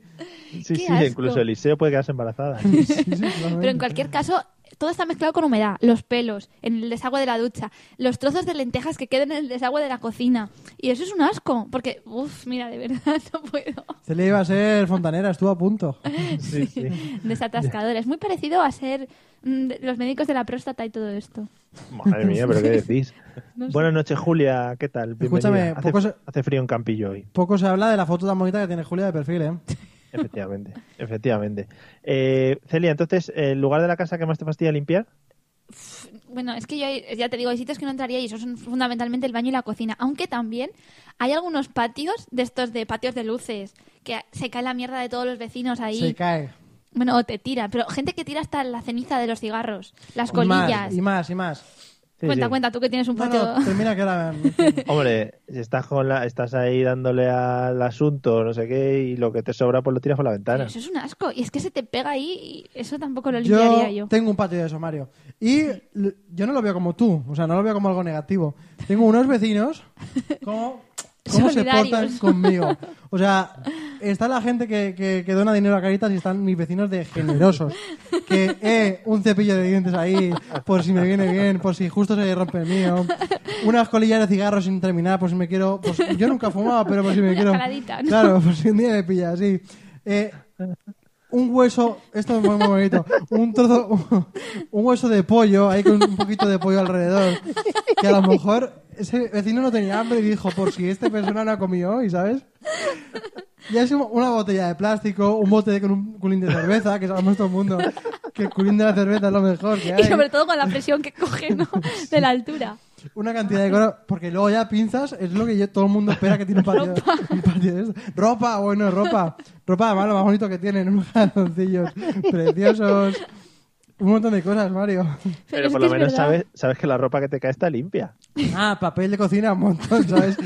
S1: Sí,
S4: Qué
S1: sí,
S4: asco.
S1: incluso Eliseo puede quedarse embarazada.
S3: Sí, sí,
S4: Pero en
S3: totalmente.
S4: cualquier caso, todo está mezclado con humedad. Los pelos, en el desagüe de la ducha, los trozos de lentejas que queden en el desagüe de la cocina. Y eso es un asco, porque, uff, mira, de verdad, no puedo.
S3: Celia iba a ser fontanera, estuvo a punto.
S1: Sí, sí.
S4: Desatascadora. Es muy parecido a ser mm, de- los médicos de la próstata y todo esto.
S1: Madre mía, pero ¿qué decís?
S4: No sé.
S1: Buenas noches, Julia. ¿Qué tal? Bienvenida.
S3: Escúchame,
S1: hace,
S3: poco se-
S1: hace frío en Campillo hoy.
S3: Poco se habla de la foto tan bonita que tiene Julia de perfil, ¿eh?
S1: Efectivamente, efectivamente. Eh, Celia, entonces, ¿el lugar de la casa que más te fastidia limpiar?
S4: Bueno, es que yo hay- ya te digo, hay sitios que no entraría y eso son fundamentalmente el baño y la cocina. Aunque también hay algunos patios de estos de patios de luces que se cae la mierda de todos los vecinos ahí.
S3: Se cae.
S4: Bueno, o te tira, pero gente que tira hasta la ceniza de los cigarros, las
S3: Y
S4: colillas.
S3: más, y más, y más.
S1: Sí,
S4: cuenta,
S1: sí.
S4: cuenta, tú que tienes un
S3: No,
S4: patio.
S3: no, termina que ahora...
S1: Hombre, si estás, con la, estás ahí dándole al asunto, no sé qué, y lo que te sobra, pues lo tiras por la
S4: Pero
S1: ventana.
S4: Eso es un asco. Y es que se te pega ahí y eso tampoco lo
S3: Yo
S4: limpiaría yo.
S3: tengo un patio de eso, Mario. Y l- yo no lo veo como tú, o sea, no lo veo como algo negativo. Tengo unos vecinos como... ¿Cómo se portan
S4: Solidarios.
S3: conmigo? O sea, está la gente que, que- que dona dinero a Caritas y están mis vecinos de generosos. Que, eh, un cepillo de dientes ahí, por si me viene bien, por si justo se rompe el mío. Unas colillas de cigarros sin terminar, por si me quiero... por si- yo nunca fumaba, pero por si me
S4: Una
S3: quiero...
S4: jaladita, ¿no?
S3: Claro, por si un día me pilla, sí. Eh, un hueso, esto es muy, muy bonito, un trozo, un hueso de pollo, ahí con un poquito de pollo alrededor, que a lo mejor ese vecino no tenía hambre y dijo, por si esta persona no ha comido hoy, ¿sabes? Ya es una botella de plástico, un bote con un culín de cerveza, que sabemos todo el mundo que el culín de la cerveza es lo mejor que hay.
S4: Y sobre todo con la presión que coge, ¿no? De la altura.
S3: Una cantidad de cosas, porque luego ya pinzas, es lo que yo- todo el mundo espera que tiene un partido, un partido de esto. Ropa, bueno, ropa. Ropa, además, lo más bonito que tienen, unos calzoncillos preciosos. Un montón de cosas, Mario.
S4: Pero, es
S1: por
S4: que
S1: lo
S4: es
S1: menos
S4: verdad.
S1: sabes, sabes que la ropa que te cae está limpia.
S3: Ah, papel de cocina, un montón, ¿sabes?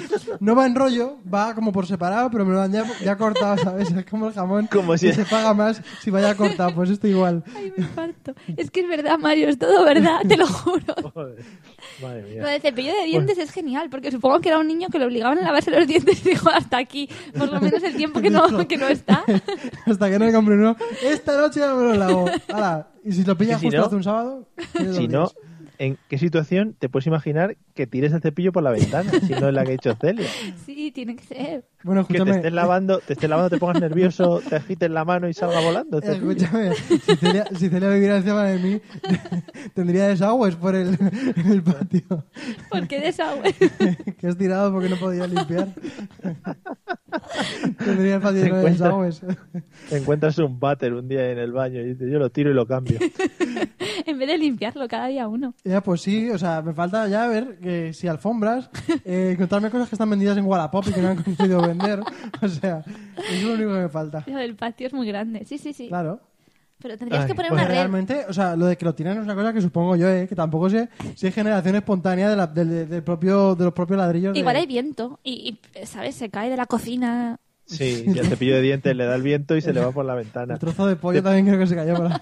S3: No va en rollo, va como por separado, pero me lo han ya, ya cortado, ¿sabes? Es como el jamón
S1: Como si-
S3: que se paga más si vaya cortado, pues esto igual.
S4: Ay, me infarto. Es que es verdad, Mario, es todo verdad, te lo juro.
S1: Madre
S4: Lo
S1: mía.
S4: del cepillo de dientes es genial, porque supongo que era un niño que lo obligaban a lavarse los dientes y dijo hasta aquí, por lo menos el tiempo que no, que no está.
S3: Hasta que no le compre uno. Esta noche ya me lo lavo. Hala, y si lo pillas
S1: Y si
S3: justo
S1: no-
S3: hace un sábado, tienes dos
S1: Si no,
S3: días.
S1: ¿en qué situación te puedes imaginar que tires el cepillo por la ventana? si no es la que ha hecho Celia.
S4: Sí, tiene que ser.
S3: Bueno,
S1: Que te
S3: escúchame.
S1: estés lavando, te estés lavando, te pongas nervioso, te agites la mano y salga volando. el cepillo.
S3: Escúchame, si Celia, si Celia viviera encima de mí, tendría desagües por el, en el patio,
S4: ¿Por qué desagüe?
S3: que has tirado porque no podía limpiar. tendría el patio
S1: Te
S3: lleno de
S1: encuentras-
S3: desagües.
S1: Te encuentras un váter un día en el baño y dices, yo lo tiro y lo cambio.
S4: En vez de limpiarlo cada día uno.
S3: Ya, pues sí, o sea, me falta ya ver que si alfombras, eh, encontrarme cosas que están vendidas en Wallapop y que no han conseguido vender. O sea, es lo único que me falta.
S4: Lo del patio es muy grande. Sí, sí, sí.
S3: Claro.
S4: Pero tendrías
S1: Ay,
S4: que poner
S3: Pues
S4: una red.
S3: realmente, o sea, lo de que lo tiran es una cosa que supongo yo, eh, que tampoco sé si es generación espontánea de, la- del- del propio, de los propios ladrillos. de-
S4: Igual hay viento y, y, ¿sabes? Se cae de la cocina.
S1: Sí, y el cepillo de dientes le da el viento y se le va por la ventana.
S3: El trozo de pollo también creo que se cayó. por la-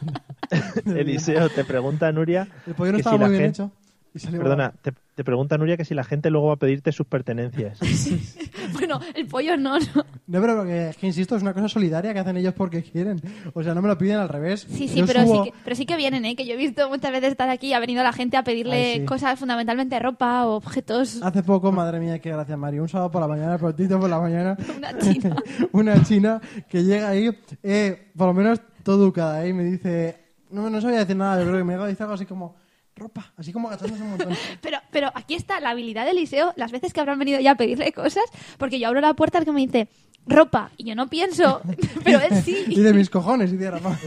S1: Eliseo, te pregunta Nuria.
S3: El pollo no
S1: que
S3: estaba
S1: si la
S3: muy bien
S1: gen-
S3: hecho. Y sale
S1: Perdona, te, te pregunta Nuria que si la gente luego va a pedirte sus pertenencias.
S4: Bueno, el pollo no, no.
S3: No, pero lo que, es que insisto, es una cosa solidaria que hacen ellos porque quieren. O sea, no me lo piden al revés.
S4: Sí, sí,
S3: Yo
S4: pero,
S3: subo-
S4: sí que, pero sí que vienen, ¿eh? Que yo he visto muchas veces estar aquí y ha venido la gente a pedirle
S3: Ay, sí.
S4: cosas, fundamentalmente ropa o objetos.
S3: Hace poco, madre mía, qué gracia, Mario. Un sábado por la mañana, prontito por la mañana.
S4: Una china.
S3: una china que llega ahí, eh, por lo menos todo educada, ahí me dice. No, no sabía decir nada, yo creo que me dice algo así como. Ropa, así como agachándose un montón.
S4: Pero, pero aquí está la habilidad de Eliseo, las veces que habrán venido ya a pedirle cosas, porque yo abro la puerta al que me dice ropa y yo no pienso, pero él
S3: Y
S4: sí,
S3: de mis cojones, y de ropa.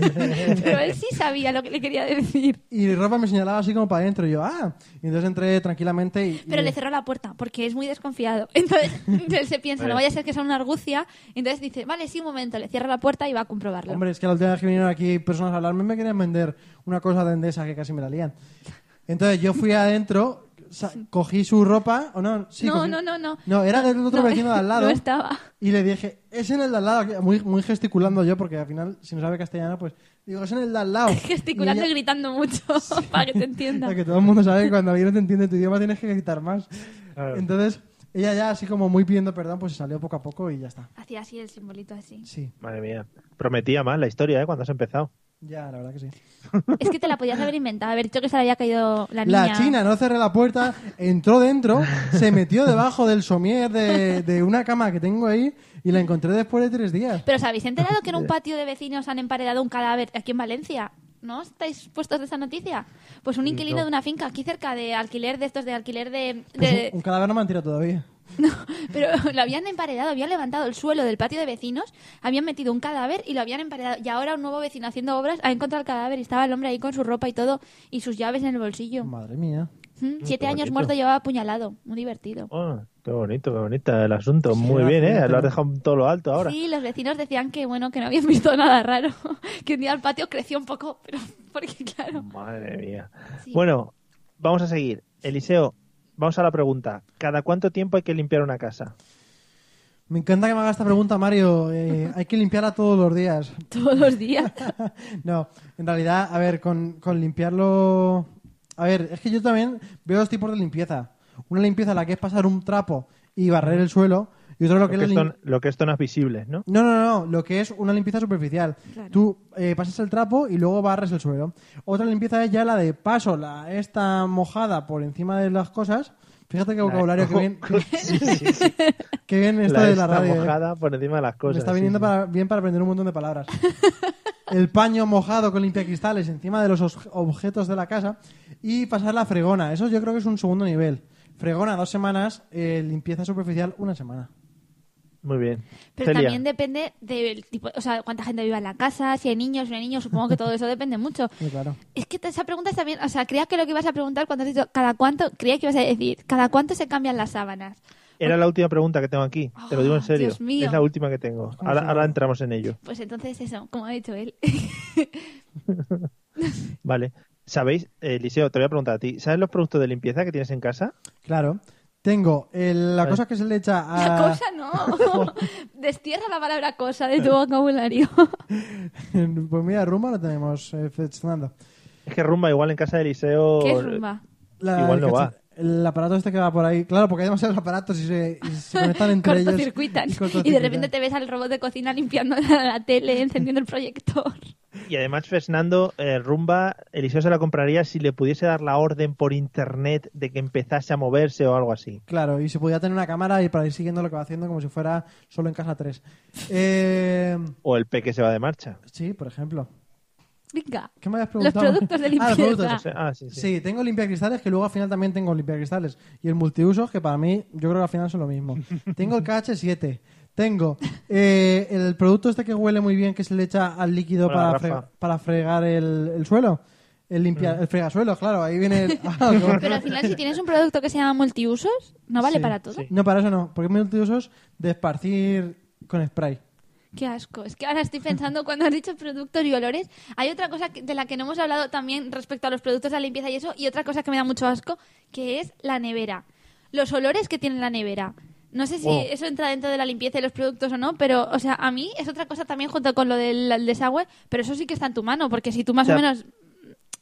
S4: pero él sí sabía lo que le quería decir.
S3: Y ropa me señalaba así como para adentro. Y yo, ah. Y entonces entré tranquilamente y.
S4: Pero
S3: y-
S4: le cerró la puerta porque es muy desconfiado. Entonces él se piensa, no vaya a ser que sea una argucia. Entonces dice, vale, sí, un momento, le cierra la puerta y va a comprobarlo.
S3: Hombre, es que la última vez que vinieron aquí personas a hablarme me querían vender una cosa de Endesa que casi me la lían. Entonces yo fui adentro, sa- cogí su ropa, o no, sí,
S4: No,
S3: cogí-
S4: no, no, no.
S3: No, era del otro
S4: No,
S3: vecino de al lado.
S4: no estaba.
S3: Y le dije, es en el de al lado, que- muy, muy gesticulando yo, porque al final, si no sabe castellano, pues digo, es en el de al lado.
S4: Gesticulando y
S3: Y ella-
S4: gritando mucho para que te entienda.
S3: o sea, que todo el mundo sabe que cuando alguien no te entiende tu idioma tienes que gritar más.
S1: Claro.
S3: Entonces, ella ya así como muy pidiendo perdón, pues se salió poco a poco y ya está.
S4: Hacía así el simbolito así.
S3: Sí,
S1: Madre mía. Prometía más la historia, ¿eh? Cuando has empezado.
S3: ya, la verdad que sí.
S4: Es que te la podías haber inventado, haber dicho que se le había caído la niña.
S3: La china no cerré la puerta, entró dentro, se metió debajo del somier de, de una cama que tengo ahí y la encontré después de tres días.
S4: Pero ¿os habéis enterado que en un patio de vecinos han emparedado un cadáver aquí en Valencia? ¿No estáis puestos de esa noticia? Pues un inquilino de una finca aquí cerca de alquiler de estos, de alquiler de...
S3: Pues
S4: de-
S3: un, un cadáver no me han tirado todavía.
S4: No, pero lo habían emparedado, habían levantado el suelo del patio de vecinos, habían metido un cadáver y lo habían emparedado. Y ahora un nuevo vecino haciendo obras ha encontrado el cadáver y estaba el hombre ahí con su ropa y todo y sus llaves en el bolsillo.
S3: Madre mía.
S4: Mm, Siete
S1: qué
S4: años
S1: bonito.
S4: muerto llevaba apuñalado. Muy divertido.
S1: Oh, qué bonito, qué bonito el asunto.
S3: Sí,
S1: Muy
S3: la
S1: bien, ¿eh?
S3: gente,
S1: Lo has
S3: ¿no?
S1: dejado en todo lo alto ahora.
S4: Sí, los vecinos decían que bueno, que no habían visto nada raro, que un día el patio creció un poco, pero porque claro.
S1: Madre mía.
S4: Sí.
S1: Bueno, vamos a seguir. Eliseo, vamos a la pregunta. ¿Cada cuánto tiempo hay que limpiar una casa?
S3: Me encanta que me haga esta pregunta, Mario. Eh, hay que limpiarla todos los días.
S4: Todos los días.
S3: no, en realidad, a ver, con, con limpiarlo... A ver, es que yo también veo dos tipos de limpieza. Una limpieza la que es pasar un trapo y barrer el suelo y otra lo
S1: Lo
S3: que
S1: que,
S3: es la
S1: esto,
S3: lim-
S1: lo que esto no es visible, ¿no?
S3: No, no, no, lo que es una limpieza superficial.
S4: Claro.
S3: Tú eh, pasas el trapo y luego barres el suelo. Otra limpieza es ya la de paso, la esta mojada por encima de las cosas. Fíjate qué vocabulario, que bien,
S1: Oh, Sí, sí, sí.
S3: qué bien esto
S1: La
S3: de la
S1: esta
S3: radio. eh.
S1: mojada por encima de las
S3: Me
S1: cosas.
S3: está
S1: sí,
S3: viniendo
S1: sí.
S3: para- bien para aprender un montón de palabras. El paño mojado con limpiacristales encima de los os- objetos de la casa y pasar la fregona. Eso yo creo que es un segundo nivel. Fregona dos semanas, eh, limpieza superficial una semana.
S1: Muy bien.
S4: Pero
S1: Celia,
S4: también depende del tipo, o sea, cuánta gente viva en la casa, si hay niños, si no hay niños, supongo que todo eso depende mucho.
S3: Muy claro.
S4: Es que te- esa pregunta está bien, o sea, creía que lo que ibas a preguntar cuando has dicho cada cuánto, creía que ibas a decir, cada cuánto se cambian las sábanas.
S1: Era la última pregunta que tengo aquí. Te lo digo en
S4: Ah,
S1: serio.
S4: Dios mío.
S1: Es la última que tengo. Ahora, ahora entramos en ello.
S4: Pues entonces eso, como ha dicho él.
S1: Vale. ¿Sabéis, eh, Eliseo, te voy a preguntar a ti. ¿Sabes los productos de limpieza que tienes en casa?
S3: Claro. Tengo el- la
S1: Vale.
S3: cosa que se le echa a...
S4: La cosa no. Destierra la palabra cosa de tu
S3: Ah.
S4: vocabulario.
S3: Pues mira, rumba lo tenemos eh, funcionando.
S1: Es que rumba igual en casa de Eliseo.
S4: ¿Qué es rumba?
S3: La-
S1: Igual no
S3: el cachi-
S1: va.
S3: El aparato este que va por ahí. Claro, porque hay demasiados aparatos y se, y se conectan entre ellos.
S4: Cortocircuitan. Y de
S3: cortocircuitan.
S4: repente te ves al robot de cocina limpiando la, la tele, encendiendo el proyector.
S1: Y además, Fernando, eh, rumba, Eliseo se la compraría si le pudiese dar la orden por internet de que empezase a moverse o algo así.
S3: Claro, y se podía tener una cámara y para ir siguiendo lo que va haciendo como si fuera solo en casa 3.
S1: O el peque se va de marcha.
S3: sí, por ejemplo.
S4: Venga.
S3: ¿Qué me habías
S4: Los
S3: preguntado?
S4: productos de
S3: Ah, los productos.
S4: limpieza.
S1: O sea, ah, sí, sí.
S3: Sí, tengo limpiacristales que luego al final también tengo limpiacristales. Y el multiusos que para mí yo creo que al final son lo mismo. tengo el KH7. Tengo eh, el producto este que huele muy bien que se le echa al líquido
S1: Hola,
S3: para,
S1: Rafa.
S3: frega- para fregar el, el suelo. El, limpia, el fregasuelo, claro. Ahí viene el... Ah, no.
S4: Pero al final, si tienes un producto que se llama multiusos, ¿no vale
S3: Sí,
S4: para todo?
S3: No, para eso no. Porque multiusos de esparcir con spray.
S4: Qué asco. Es que ahora estoy pensando cuando has dicho productos y olores. Hay otra cosa que- de la que no hemos hablado también respecto a los productos de la limpieza y eso, y otra cosa que me da mucho asco, que es la nevera. Los olores que tiene la nevera. No sé si
S1: Wow.
S4: eso entra dentro de la limpieza y los productos o no, pero, o sea, a mí es otra cosa también junto con lo del el desagüe, pero eso sí que está en tu mano, porque si tú
S1: O
S4: más
S1: sea,
S4: o menos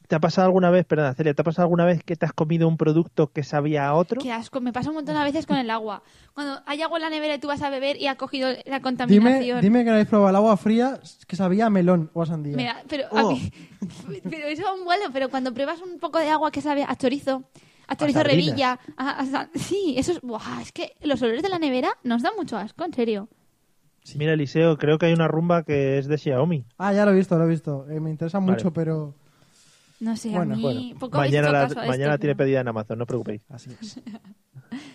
S1: ¿Te ha pasado alguna vez, perdona Celia, ¿te ha pasado alguna vez que te has comido un producto que sabía a otro?
S4: Qué asco, me pasa un montón a veces con el agua. Cuando hay agua en la nevera y tú vas a beber y ha cogido la
S3: Dime,
S4: contaminación.
S3: dime que habéis probado el agua fría que sabía a melón o a sandía.
S4: Mira, pero a
S3: Oh.
S4: mí- pero eso aún bueno, pero cuando pruebas un poco de agua que sabe a chorizo, a chorizo
S1: sardinas.
S4: revilla, a- a sa- sí, eso es, buah, es que los olores de la nevera nos dan mucho asco, en serio.
S1: Mira, Eliseo, creo que hay una rumba que es de Xiaomi.
S3: Ah, ya lo he visto, lo he visto. Eh, me interesa
S1: Vale.
S3: mucho, pero
S4: No sé,
S3: Bueno,
S4: a mí
S3: bueno.
S4: poco he
S1: Mañana,
S4: hecho
S1: la-
S4: caso este, a esto,
S1: mañana tiene
S4: pero-
S1: pedida en Amazon, no os preocupéis.
S3: así es.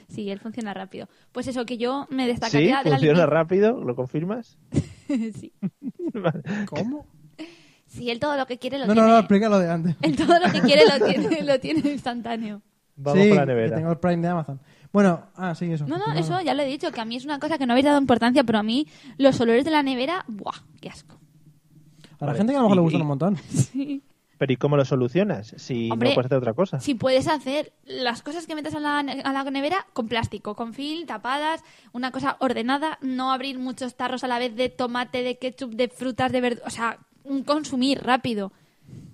S4: Sí, él funciona rápido. Pues eso, que yo me
S1: Sí,
S4: destacaría de la
S1: funciona
S4: limpieza.
S1: rápido, ¿lo confirmas?
S4: sí.
S1: Vale.
S3: ¿Cómo?
S4: Sí, él todo lo que quiere lo
S3: No, no,
S4: tiene.
S3: no, explica lo de antes.
S4: Él todo lo que quiere lo tiene, lo tiene instantáneo.
S1: Vamos
S3: sí,
S1: con la
S3: que
S1: nevera.
S3: tengo el Prime de Amazon. Bueno, ah, sí, eso.
S4: No, no,
S3: Continúa.
S4: eso ya lo he dicho, que a mí es una cosa que no habéis dado importancia, pero a mí los olores de la nevera, ¡buah! ¡Qué asco!
S3: A la
S1: Vale.
S3: gente que a lo mejor le
S1: Y-
S3: gustan
S1: y-
S3: un montón.
S1: Pero ¿y cómo lo solucionas? Si
S4: Hombre,
S1: no puedes hacer otra cosa.
S4: Si puedes hacer las cosas que metes a la, ne- a la nevera con plástico, con film, tapadas, una cosa ordenada, no abrir muchos tarros a la vez de tomate, de ketchup, de frutas, de verduras, o sea, un consumir rápido.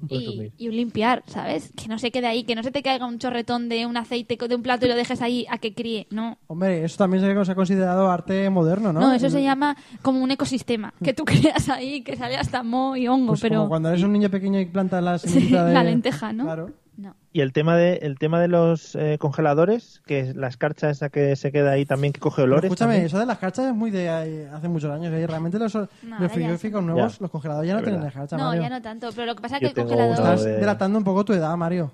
S4: Y,
S1: Consumir.
S4: y un limpiar, ¿sabes? Que no se quede ahí, que no se te caiga un chorretón de un aceite, co- de un plato y lo dejes ahí a que críe, no.
S3: Hombre, eso también se se ha considerado arte moderno, ¿no? eh,
S4: No, eso se
S3: El-
S4: llama como un ecosistema, que tú creas ahí, que sale hasta moho y hongo,
S3: pues
S4: pero
S3: como cuando eres un niño pequeño y plantas la
S4: Sí,
S3: semillita de...
S4: la lenteja, ¿no?
S3: Claro.
S4: no.
S1: Y el tema de el tema de los eh, congeladores, que es la escarcha esa que se queda ahí también que coge
S3: Pero
S1: olores.
S3: escúchame,
S1: también.
S3: eso de las carchas es muy de eh, hace muchos años. que Realmente los,
S4: ya
S3: los frigoríficos
S4: está.
S1: Ya.
S3: nuevos, los congeladores ya no
S1: Es
S3: tienen
S1: verdad.
S3: escarcha,
S4: No,
S3: Mario.
S4: ya no tanto, pero lo que pasa es que
S1: Yo
S4: el
S1: tengo
S4: congelador...
S1: uno
S3: Estás
S1: de-
S3: delatando un poco tu edad, Mario.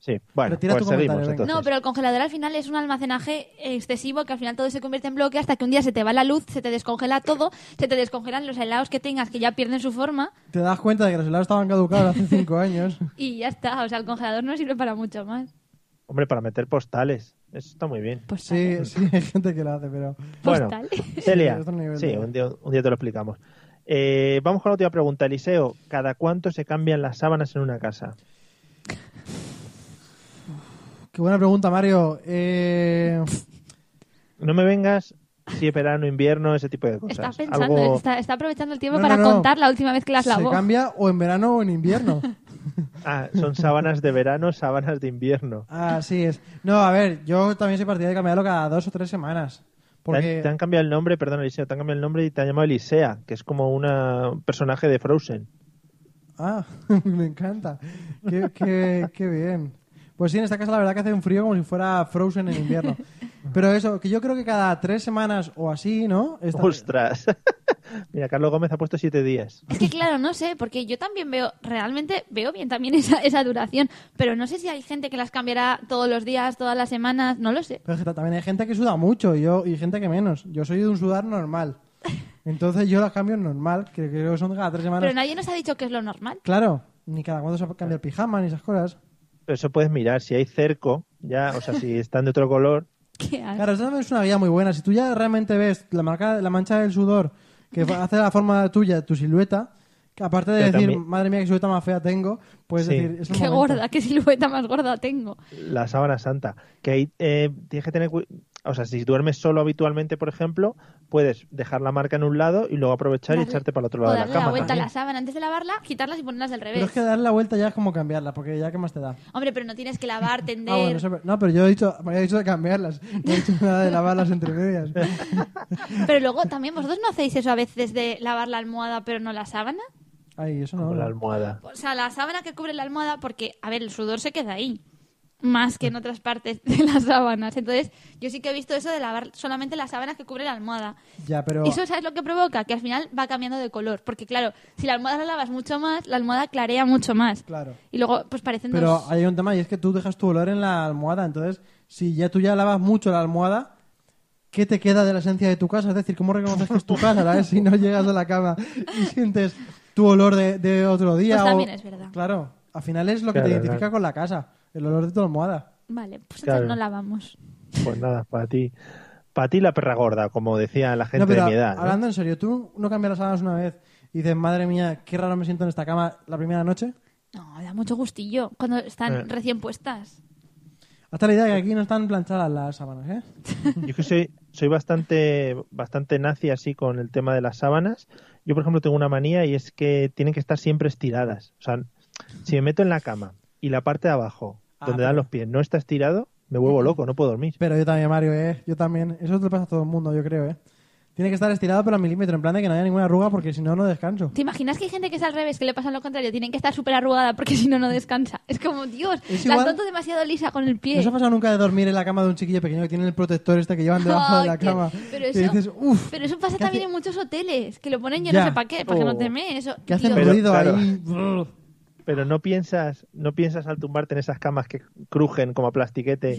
S1: Sí, bueno,
S3: Retira
S1: pues
S3: tu
S1: seguimos
S3: comentario, venga.
S1: entonces.
S4: No, pero el congelador al final es un almacenaje excesivo que al final todo se convierte en bloque hasta que un día se te va la luz, se te descongela todo, se te descongelan los helados que tengas que ya pierden su forma
S3: Te das cuenta de que los helados estaban caducados hace cinco años.
S4: y ya está. O sea, el congelador no sirve para mucho más.
S1: Hombre, para meter postales. Eso está muy bien.
S4: Pues
S3: Sí, sí, hay gente que lo hace, pero...
S1: Bueno,
S4: Postal.
S1: Celia,
S3: Sí, otro nivel
S1: sí,
S3: de-
S1: un día, un día te lo explicamos. Eh, vamos con la última pregunta, Eliseo. ¿Cada cuánto se cambian las sábanas en una casa?
S3: Qué buena pregunta, Mario. Eh...
S1: No me vengas si es verano, invierno, ese tipo de
S4: está
S1: cosas.
S4: pensando,
S1: Algo-
S4: está, está aprovechando el tiempo
S3: No, no,
S4: para
S3: no.
S4: contar la última vez que las
S3: Se
S4: lavó.
S3: cambia o en verano o en invierno.
S1: Ah, son sábanas de verano, sábanas de invierno.
S3: Así es. No, a ver, yo también soy partidario de cambiarlo cada dos o tres semanas.
S1: Te han- Te,
S3: Porque
S1: han, cambiado el nombre, perdón, Eliseo, te han cambiado el nombre y te han llamado Elisea, que es como una- un personaje de Frozen.
S3: Ah, me encanta. Qué, qué- qué bien. Pues sí, en esta casa la verdad que hace un frío como si fuera Frozen en invierno. Pero eso, que yo creo que cada tres semanas o así, ¿no? Esta-
S1: ¡Ostras! Mira, Carlos Gómez ha puesto siete días.
S4: Es que claro, no sé, porque yo también veo, realmente veo bien también esa, esa duración, pero no sé si hay gente que las cambiará todos los días, todas las semanas, no lo sé.
S3: Pero es que ta- también hay gente que suda mucho y yo, y gente que menos. Yo soy de un sudar normal. Entonces yo las cambio normal, que creo que son cada tres semanas.
S4: Pero nadie nos ha dicho que es lo normal.
S3: Claro, ni cada cuánto se cambia el pijama ni esas cosas.
S1: Pero eso puedes mirar, si hay cerco, ya, o sea, si están de otro color.
S4: Qué asco.
S3: Claro, esa es una guía muy buena. Si tú ya realmente ves la marca, la mancha del sudor que fa- hace la forma tuya, tu silueta, que aparte de
S1: Pero
S3: decir,
S1: también-
S3: madre mía, qué silueta más fea tengo, puedes
S1: Sí.
S3: decir, es el
S4: Qué
S3: momento.
S4: gorda, qué silueta más gorda tengo.
S1: La sábana santa. Que ahí eh, tienes que tener. cu- O sea, si duermes solo habitualmente, por ejemplo, puedes dejar la marca en un lado y luego aprovechar y
S4: Darle-
S1: echarte para el otro
S4: o
S1: lado de
S4: darle
S1: la
S4: la,
S1: cama.
S4: vuelta a
S1: también.
S4: la sábana antes de lavarla, quitarlas y ponerlas del revés.
S3: ¿eh? Pero es que darle la vuelta ya es como cambiarla, porque ya qué más te da.
S4: Hombre, pero no tienes que lavar, tender.
S3: Ah, bueno, eso- no, pero yo he dicho, me había dicho de cambiarlas, no he dicho nada de lavarlas entre medias.
S4: Pero luego también vosotros no hacéis eso a veces de lavar la almohada pero no la sábana.
S3: Ay, eso no.
S1: Con la
S3: no.
S1: almohada.
S4: O sea, la sábana que cubre la almohada porque, a ver, el sudor se queda ahí. Más que en otras partes de las sábanas. Entonces, yo sí que he visto eso de lavar solamente las sábanas que cubre la almohada.
S3: Ya, pero
S4: Eso, ¿sabes lo que provoca? Que al final va cambiando de color. Porque, claro, si la almohada la lavas mucho más, la almohada clarea mucho más.
S3: Claro.
S4: Y luego, pues parecen
S3: Pero
S4: dos...
S3: hay un tema y es que tú dejas tu olor en la almohada. Entonces, si ya tú ya lavas mucho la almohada, ¿qué te queda de la esencia de tu casa? Es decir, ¿cómo reconoces que es tu casa ¿sabes? si no llegas a la cama y sientes tu olor de, de otro día?
S4: Pues
S3: o-
S4: también es verdad.
S3: Claro, al final es lo que
S1: Claro,
S3: te identifica
S1: claro.
S3: con la casa, el olor de tu almohada.
S4: Vale, pues
S1: Claro.
S4: entonces no lavamos.
S1: Pues nada, para ti. Para ti la perra gorda, como decía la gente
S3: No, pero
S1: de mi edad. ¿no?
S3: hablando en serio, ¿tú no cambias las sábanas una vez y dices, madre mía, qué raro me siento en esta cama la primera noche?
S4: No, da mucho gustillo cuando están
S1: Eh.
S4: recién puestas.
S3: Hasta la idea de que aquí no están planchadas las sábanas, ¿eh?
S1: Yo es que soy, soy bastante, bastante nazi así con el tema de las sábanas. Yo, por ejemplo, tengo una manía y es que tienen que estar siempre estiradas. O sea, Si me meto en la cama y la parte de abajo,
S3: Ah,
S1: donde
S3: pero-
S1: dan los pies, no está estirado, me vuelvo loco, no puedo dormir.
S3: Pero yo también, Mario, ¿eh? Yo también. Eso te lo pasa a todo el mundo, yo creo, ¿eh? Tiene que estar estirado, pero al milímetro, en plan de que no haya ninguna arruga, porque si no, no descanso.
S4: ¿Te imaginas que hay gente que es al revés, que le pasa lo contrario? Tienen que estar súper arrugada porque si no, no descansa. Es como, Dios,
S3: Es
S4: la has
S3: igual-
S4: roto demasiado lisa con el
S3: ¿No
S4: pie.
S3: os ha pasado nunca de dormir en la cama de un chiquillo pequeño que tiene el protector este que llevan debajo de
S4: Ay,
S3: la
S4: que-
S3: cama?
S4: pero
S3: Y
S4: eso-
S3: dices, uff.
S4: Pero eso pasa
S3: ¿qué
S4: también
S3: hace-
S4: en muchos hoteles, que lo ponen yo
S3: Ya.
S4: no sé para qué, para que no
S1: Oh.
S4: teme eso.
S3: Que hacen
S4: Dios.
S1: Pero,
S3: ruido
S1: claro.
S3: ahí. brrr.
S1: Pero no piensas, no piensas al tumbarte en esas camas que crujen como a plastiquete,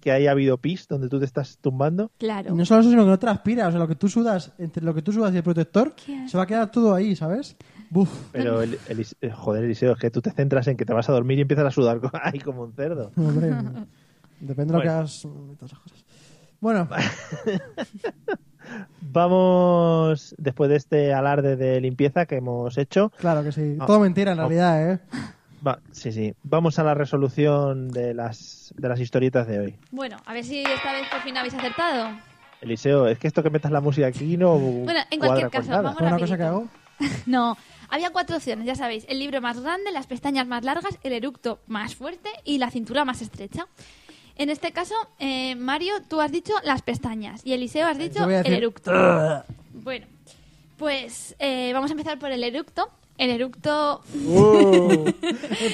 S1: que haya habido pis donde tú te estás tumbando.
S4: Claro.
S3: Y no solo eso, sino que no transpira. O sea, lo que tú sudas, entre lo que tú sudas y el protector,
S4: Qué
S3: se va a quedar todo ahí, ¿sabes? Buf.
S1: Pero, el, el- eh, joder, Eliseo, es que tú te centras en que te vas a dormir y empiezas a sudar co- ahí como un cerdo.
S3: Hombre, depende de lo que
S1: Pues-
S3: hagas. mm, todas esas cosas. Bueno,
S1: Vamos, después de este alarde de limpieza que hemos hecho,
S3: claro que sí.
S1: Ah.
S3: Todo mentira, en
S1: Ah.
S3: realidad, ¿eh?
S1: va- sí, sí, vamos a la resolución de las, de las historietas de hoy.
S4: Bueno, a ver si esta vez por fin habéis acertado.
S1: Eliseo, es que esto que metas la música aquí no
S4: Bueno,
S1: cuadra
S4: en
S1: con
S4: cualquier caso,
S1: nada.
S4: vamos
S3: Fue una cosa que hago.
S4: rapidito. No, había cuatro opciones, ya sabéis. El libro más grande, las pestañas más largas, el eructo más fuerte y la cintura más estrecha. En este caso, eh, Mario, tú has dicho las pestañas y Eliseo has dicho
S3: Yo voy a
S4: el
S3: decir-
S4: eructo. Bueno, pues eh, vamos a empezar por el eructo. El eructo...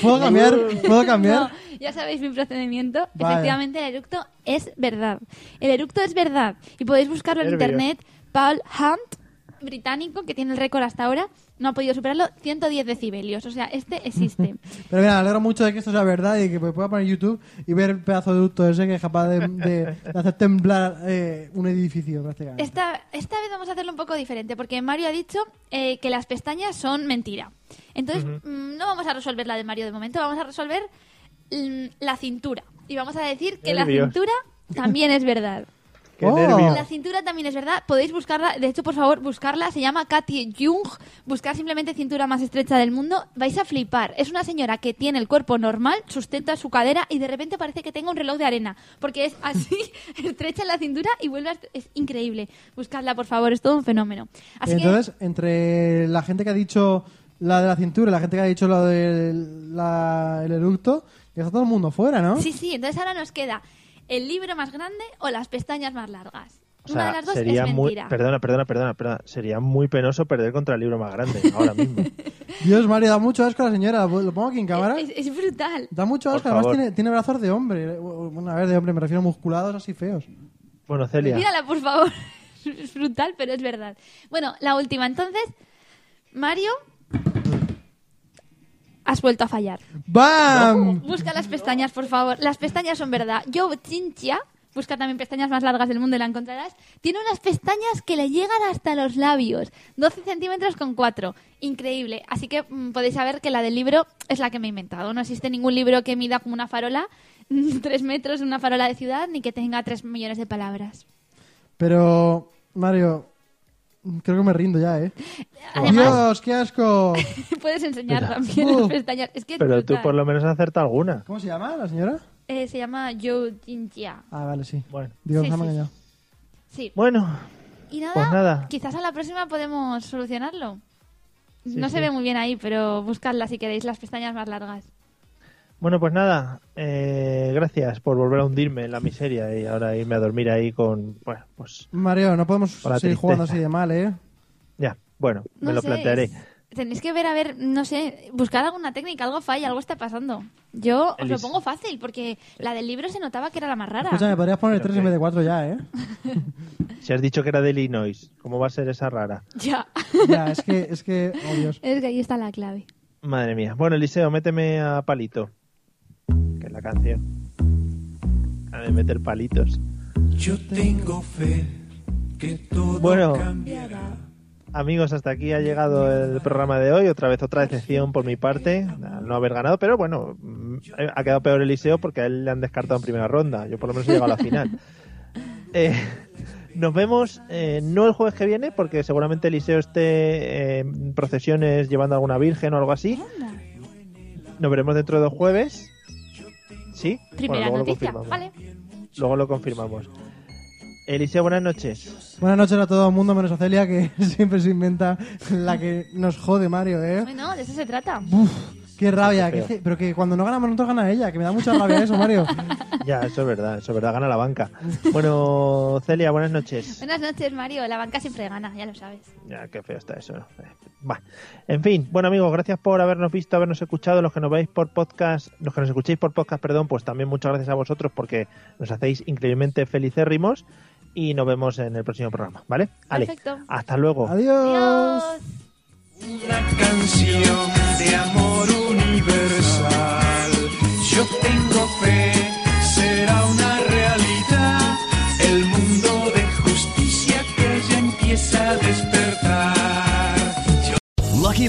S3: ¿Puedo cambiar? ¿Puedo cambiar?
S4: No, ya sabéis mi procedimiento.
S3: Vale.
S4: Efectivamente, el eructo es verdad. El eructo es verdad. Y podéis buscarlo en
S1: Nervios.
S4: internet. Paul Hunt, británico, que tiene el récord hasta ahora, no ha podido superarlo. 110 decibelios. O sea, este existe.
S3: Pero mira, me alegro mucho de que esto sea verdad y que me pueda poner YouTube y ver el pedazo de ducto ese que es capaz de, de- de hacer temblar eh, un edificio prácticamente.
S4: Esta, esta vez vamos a hacerlo un poco diferente, porque Mario ha dicho eh, que las pestañas son mentira. Entonces, mm, no vamos a resolver la de Mario de momento, vamos a resolver mm, la cintura. Y vamos a decir que la
S1: Nervios.
S4: cintura también es verdad.
S1: Qué
S3: Oh.
S1: nervios.
S4: La cintura también es verdad, podéis buscarla, de hecho, por favor, buscarla, se llama Katy Jung, buscar simplemente cintura más estrecha del mundo, vais a flipar. Es una señora que tiene el cuerpo normal, sustenta su cadera y de repente parece que tenga un reloj de arena, porque es así, estrecha la cintura y vuelve a... est- Es increíble. Buscadla, por favor, es todo un fenómeno. Así
S3: Entonces, entre la gente que ha dicho la de la cintura y la gente que ha dicho la del la- el eructo, ya está todo el mundo fuera, ¿no?
S4: que... Sí, sí, entonces ahora nos queda el libro más grande o las pestañas más largas.
S1: O
S4: una de
S1: sea,
S4: las dos
S1: sería
S4: es
S1: muy,
S4: mentira.
S1: perdona, perdona, perdona, perdona, sería muy penoso perder contra el libro más grande ahora mismo.
S3: Dios, Mario, da mucho asco a la señora. ¿Lo pongo aquí en cámara?
S4: Eh, es, es- es brutal.
S3: Da mucho
S1: Por
S3: asco, además
S1: favor.
S3: tiene, tiene brazos de hombre. Bueno, a ver, de hombre, me refiero a musculados así feos.
S1: Bueno, Celia,
S4: Mírala, por favor. Es brutal, pero es verdad. Bueno, la última. Entonces, Mario, has vuelto a fallar.
S3: ¡Bam!
S4: Busca las pestañas, por favor. Las pestañas son verdad. Yo, Chinchia, busca también pestañas más largas del mundo y la encontrarás. Tiene unas pestañas que le llegan hasta los labios. 12 centímetros con 4. Increíble. Así que mm, podéis saber que la del libro es la que me he inventado. No existe ningún libro que mida como una farola, tres metros, una farola de ciudad, ni que tenga tres millones de palabras.
S3: Pero, Mario, creo que me rindo ya, ¿eh?
S4: Además,
S3: Dios, qué asco.
S4: Puedes enseñar
S1: Pero-
S4: también
S3: Uh.
S4: las pestañas. Es que es
S1: pero tú
S4: brutal.
S1: por lo menos acerta alguna.
S3: ¿Cómo se llama la señora?
S4: Eh, se llama Joe Jinjia.
S3: Ah, vale, sí.
S1: Bueno,
S3: Digo, se
S4: Sí,
S3: me ha
S4: sí.
S3: engañado.
S4: Sí.
S1: bueno,
S4: Y nada,
S1: pues nada.
S4: quizás a la próxima podemos solucionarlo.
S1: Sí,
S4: no se
S1: sí.
S4: ve muy bien ahí, pero buscadla si queréis las pestañas más largas.
S1: Bueno, pues nada, eh, gracias por volver a hundirme en la miseria y ahora irme a dormir ahí con... Bueno, pues
S3: Mario, no podemos
S1: Para
S3: seguir
S1: tristeza.
S3: jugando así de mal, ¿eh?
S1: ya, bueno,
S4: No
S1: me lo
S4: sé,
S1: plantearé.
S4: es- Tenéis que ver, a ver, no sé, buscar alguna técnica, algo falla, algo está pasando. Yo os lo
S1: Elis-
S4: pongo fácil, porque la del libro se notaba que era la más rara.
S3: Escúchame, podrías poner
S1: Pero
S3: 3
S1: qué.
S3: en vez de 4 ya, ¿eh?
S1: Si has dicho que era de Illinois, ¿cómo va a ser esa rara?
S4: Ya.
S3: ya, es que, es que, oh Dios.
S4: es que ahí está la clave.
S1: Madre mía. Bueno, Eliseo, méteme a Palito, que es la canción. A ver, meter palitos.
S6: Yo tengo fe que todo
S1: Bueno.
S6: cambiará.
S1: Amigos, hasta aquí ha llegado el programa de hoy. Otra vez otra decepción por mi parte, al no haber ganado, pero bueno, mm, ha quedado peor Eliseo porque a él le han descartado en primera ronda. Yo por lo menos he llegado a la final. Eh, nos vemos eh, no el jueves que viene, porque seguramente Eliseo esté eh, en procesiones llevando alguna virgen o algo así.
S4: Anda.
S1: Nos veremos dentro de dos jueves. ¿Sí? Bueno,
S4: Primera
S1: luego lo
S4: noticia,
S1: confirmamos.
S4: ¿vale?
S1: Luego lo confirmamos. Eliseo, buenas noches.
S3: Buenas noches a todo el mundo, menos a Celia, que siempre se inventa la que nos jode Mario, ¿eh?
S4: Bueno, de eso se trata.
S3: Qué rabia.
S1: Qué
S3: que
S1: feo.
S3: es que- pero que cuando no ganamos nosotros gana ella, que me da mucha rabia eso, Mario.
S1: Ya, eso es verdad, eso es verdad, gana la banca. Bueno, Celia, buenas noches.
S4: Buenas noches, Mario. La banca siempre gana, ya lo sabes.
S1: Ya, qué feo está eso. ¿no? Eh, bah. En fin, bueno amigos, gracias por habernos visto, habernos escuchado, los que nos veis por podcast, los que nos escuchéis por podcast, perdón, pues también muchas gracias a vosotros porque nos hacéis increíblemente felicérrimos y nos vemos en el próximo programa, ¿vale? Ale,
S4: Perfecto.
S1: hasta luego.
S3: Adiós.
S4: Adiós.
S6: Una canción de amor universal. Yo tengo fe, será una realidad. El mundo de justicia que ya empieza a despertar.
S7: Lucky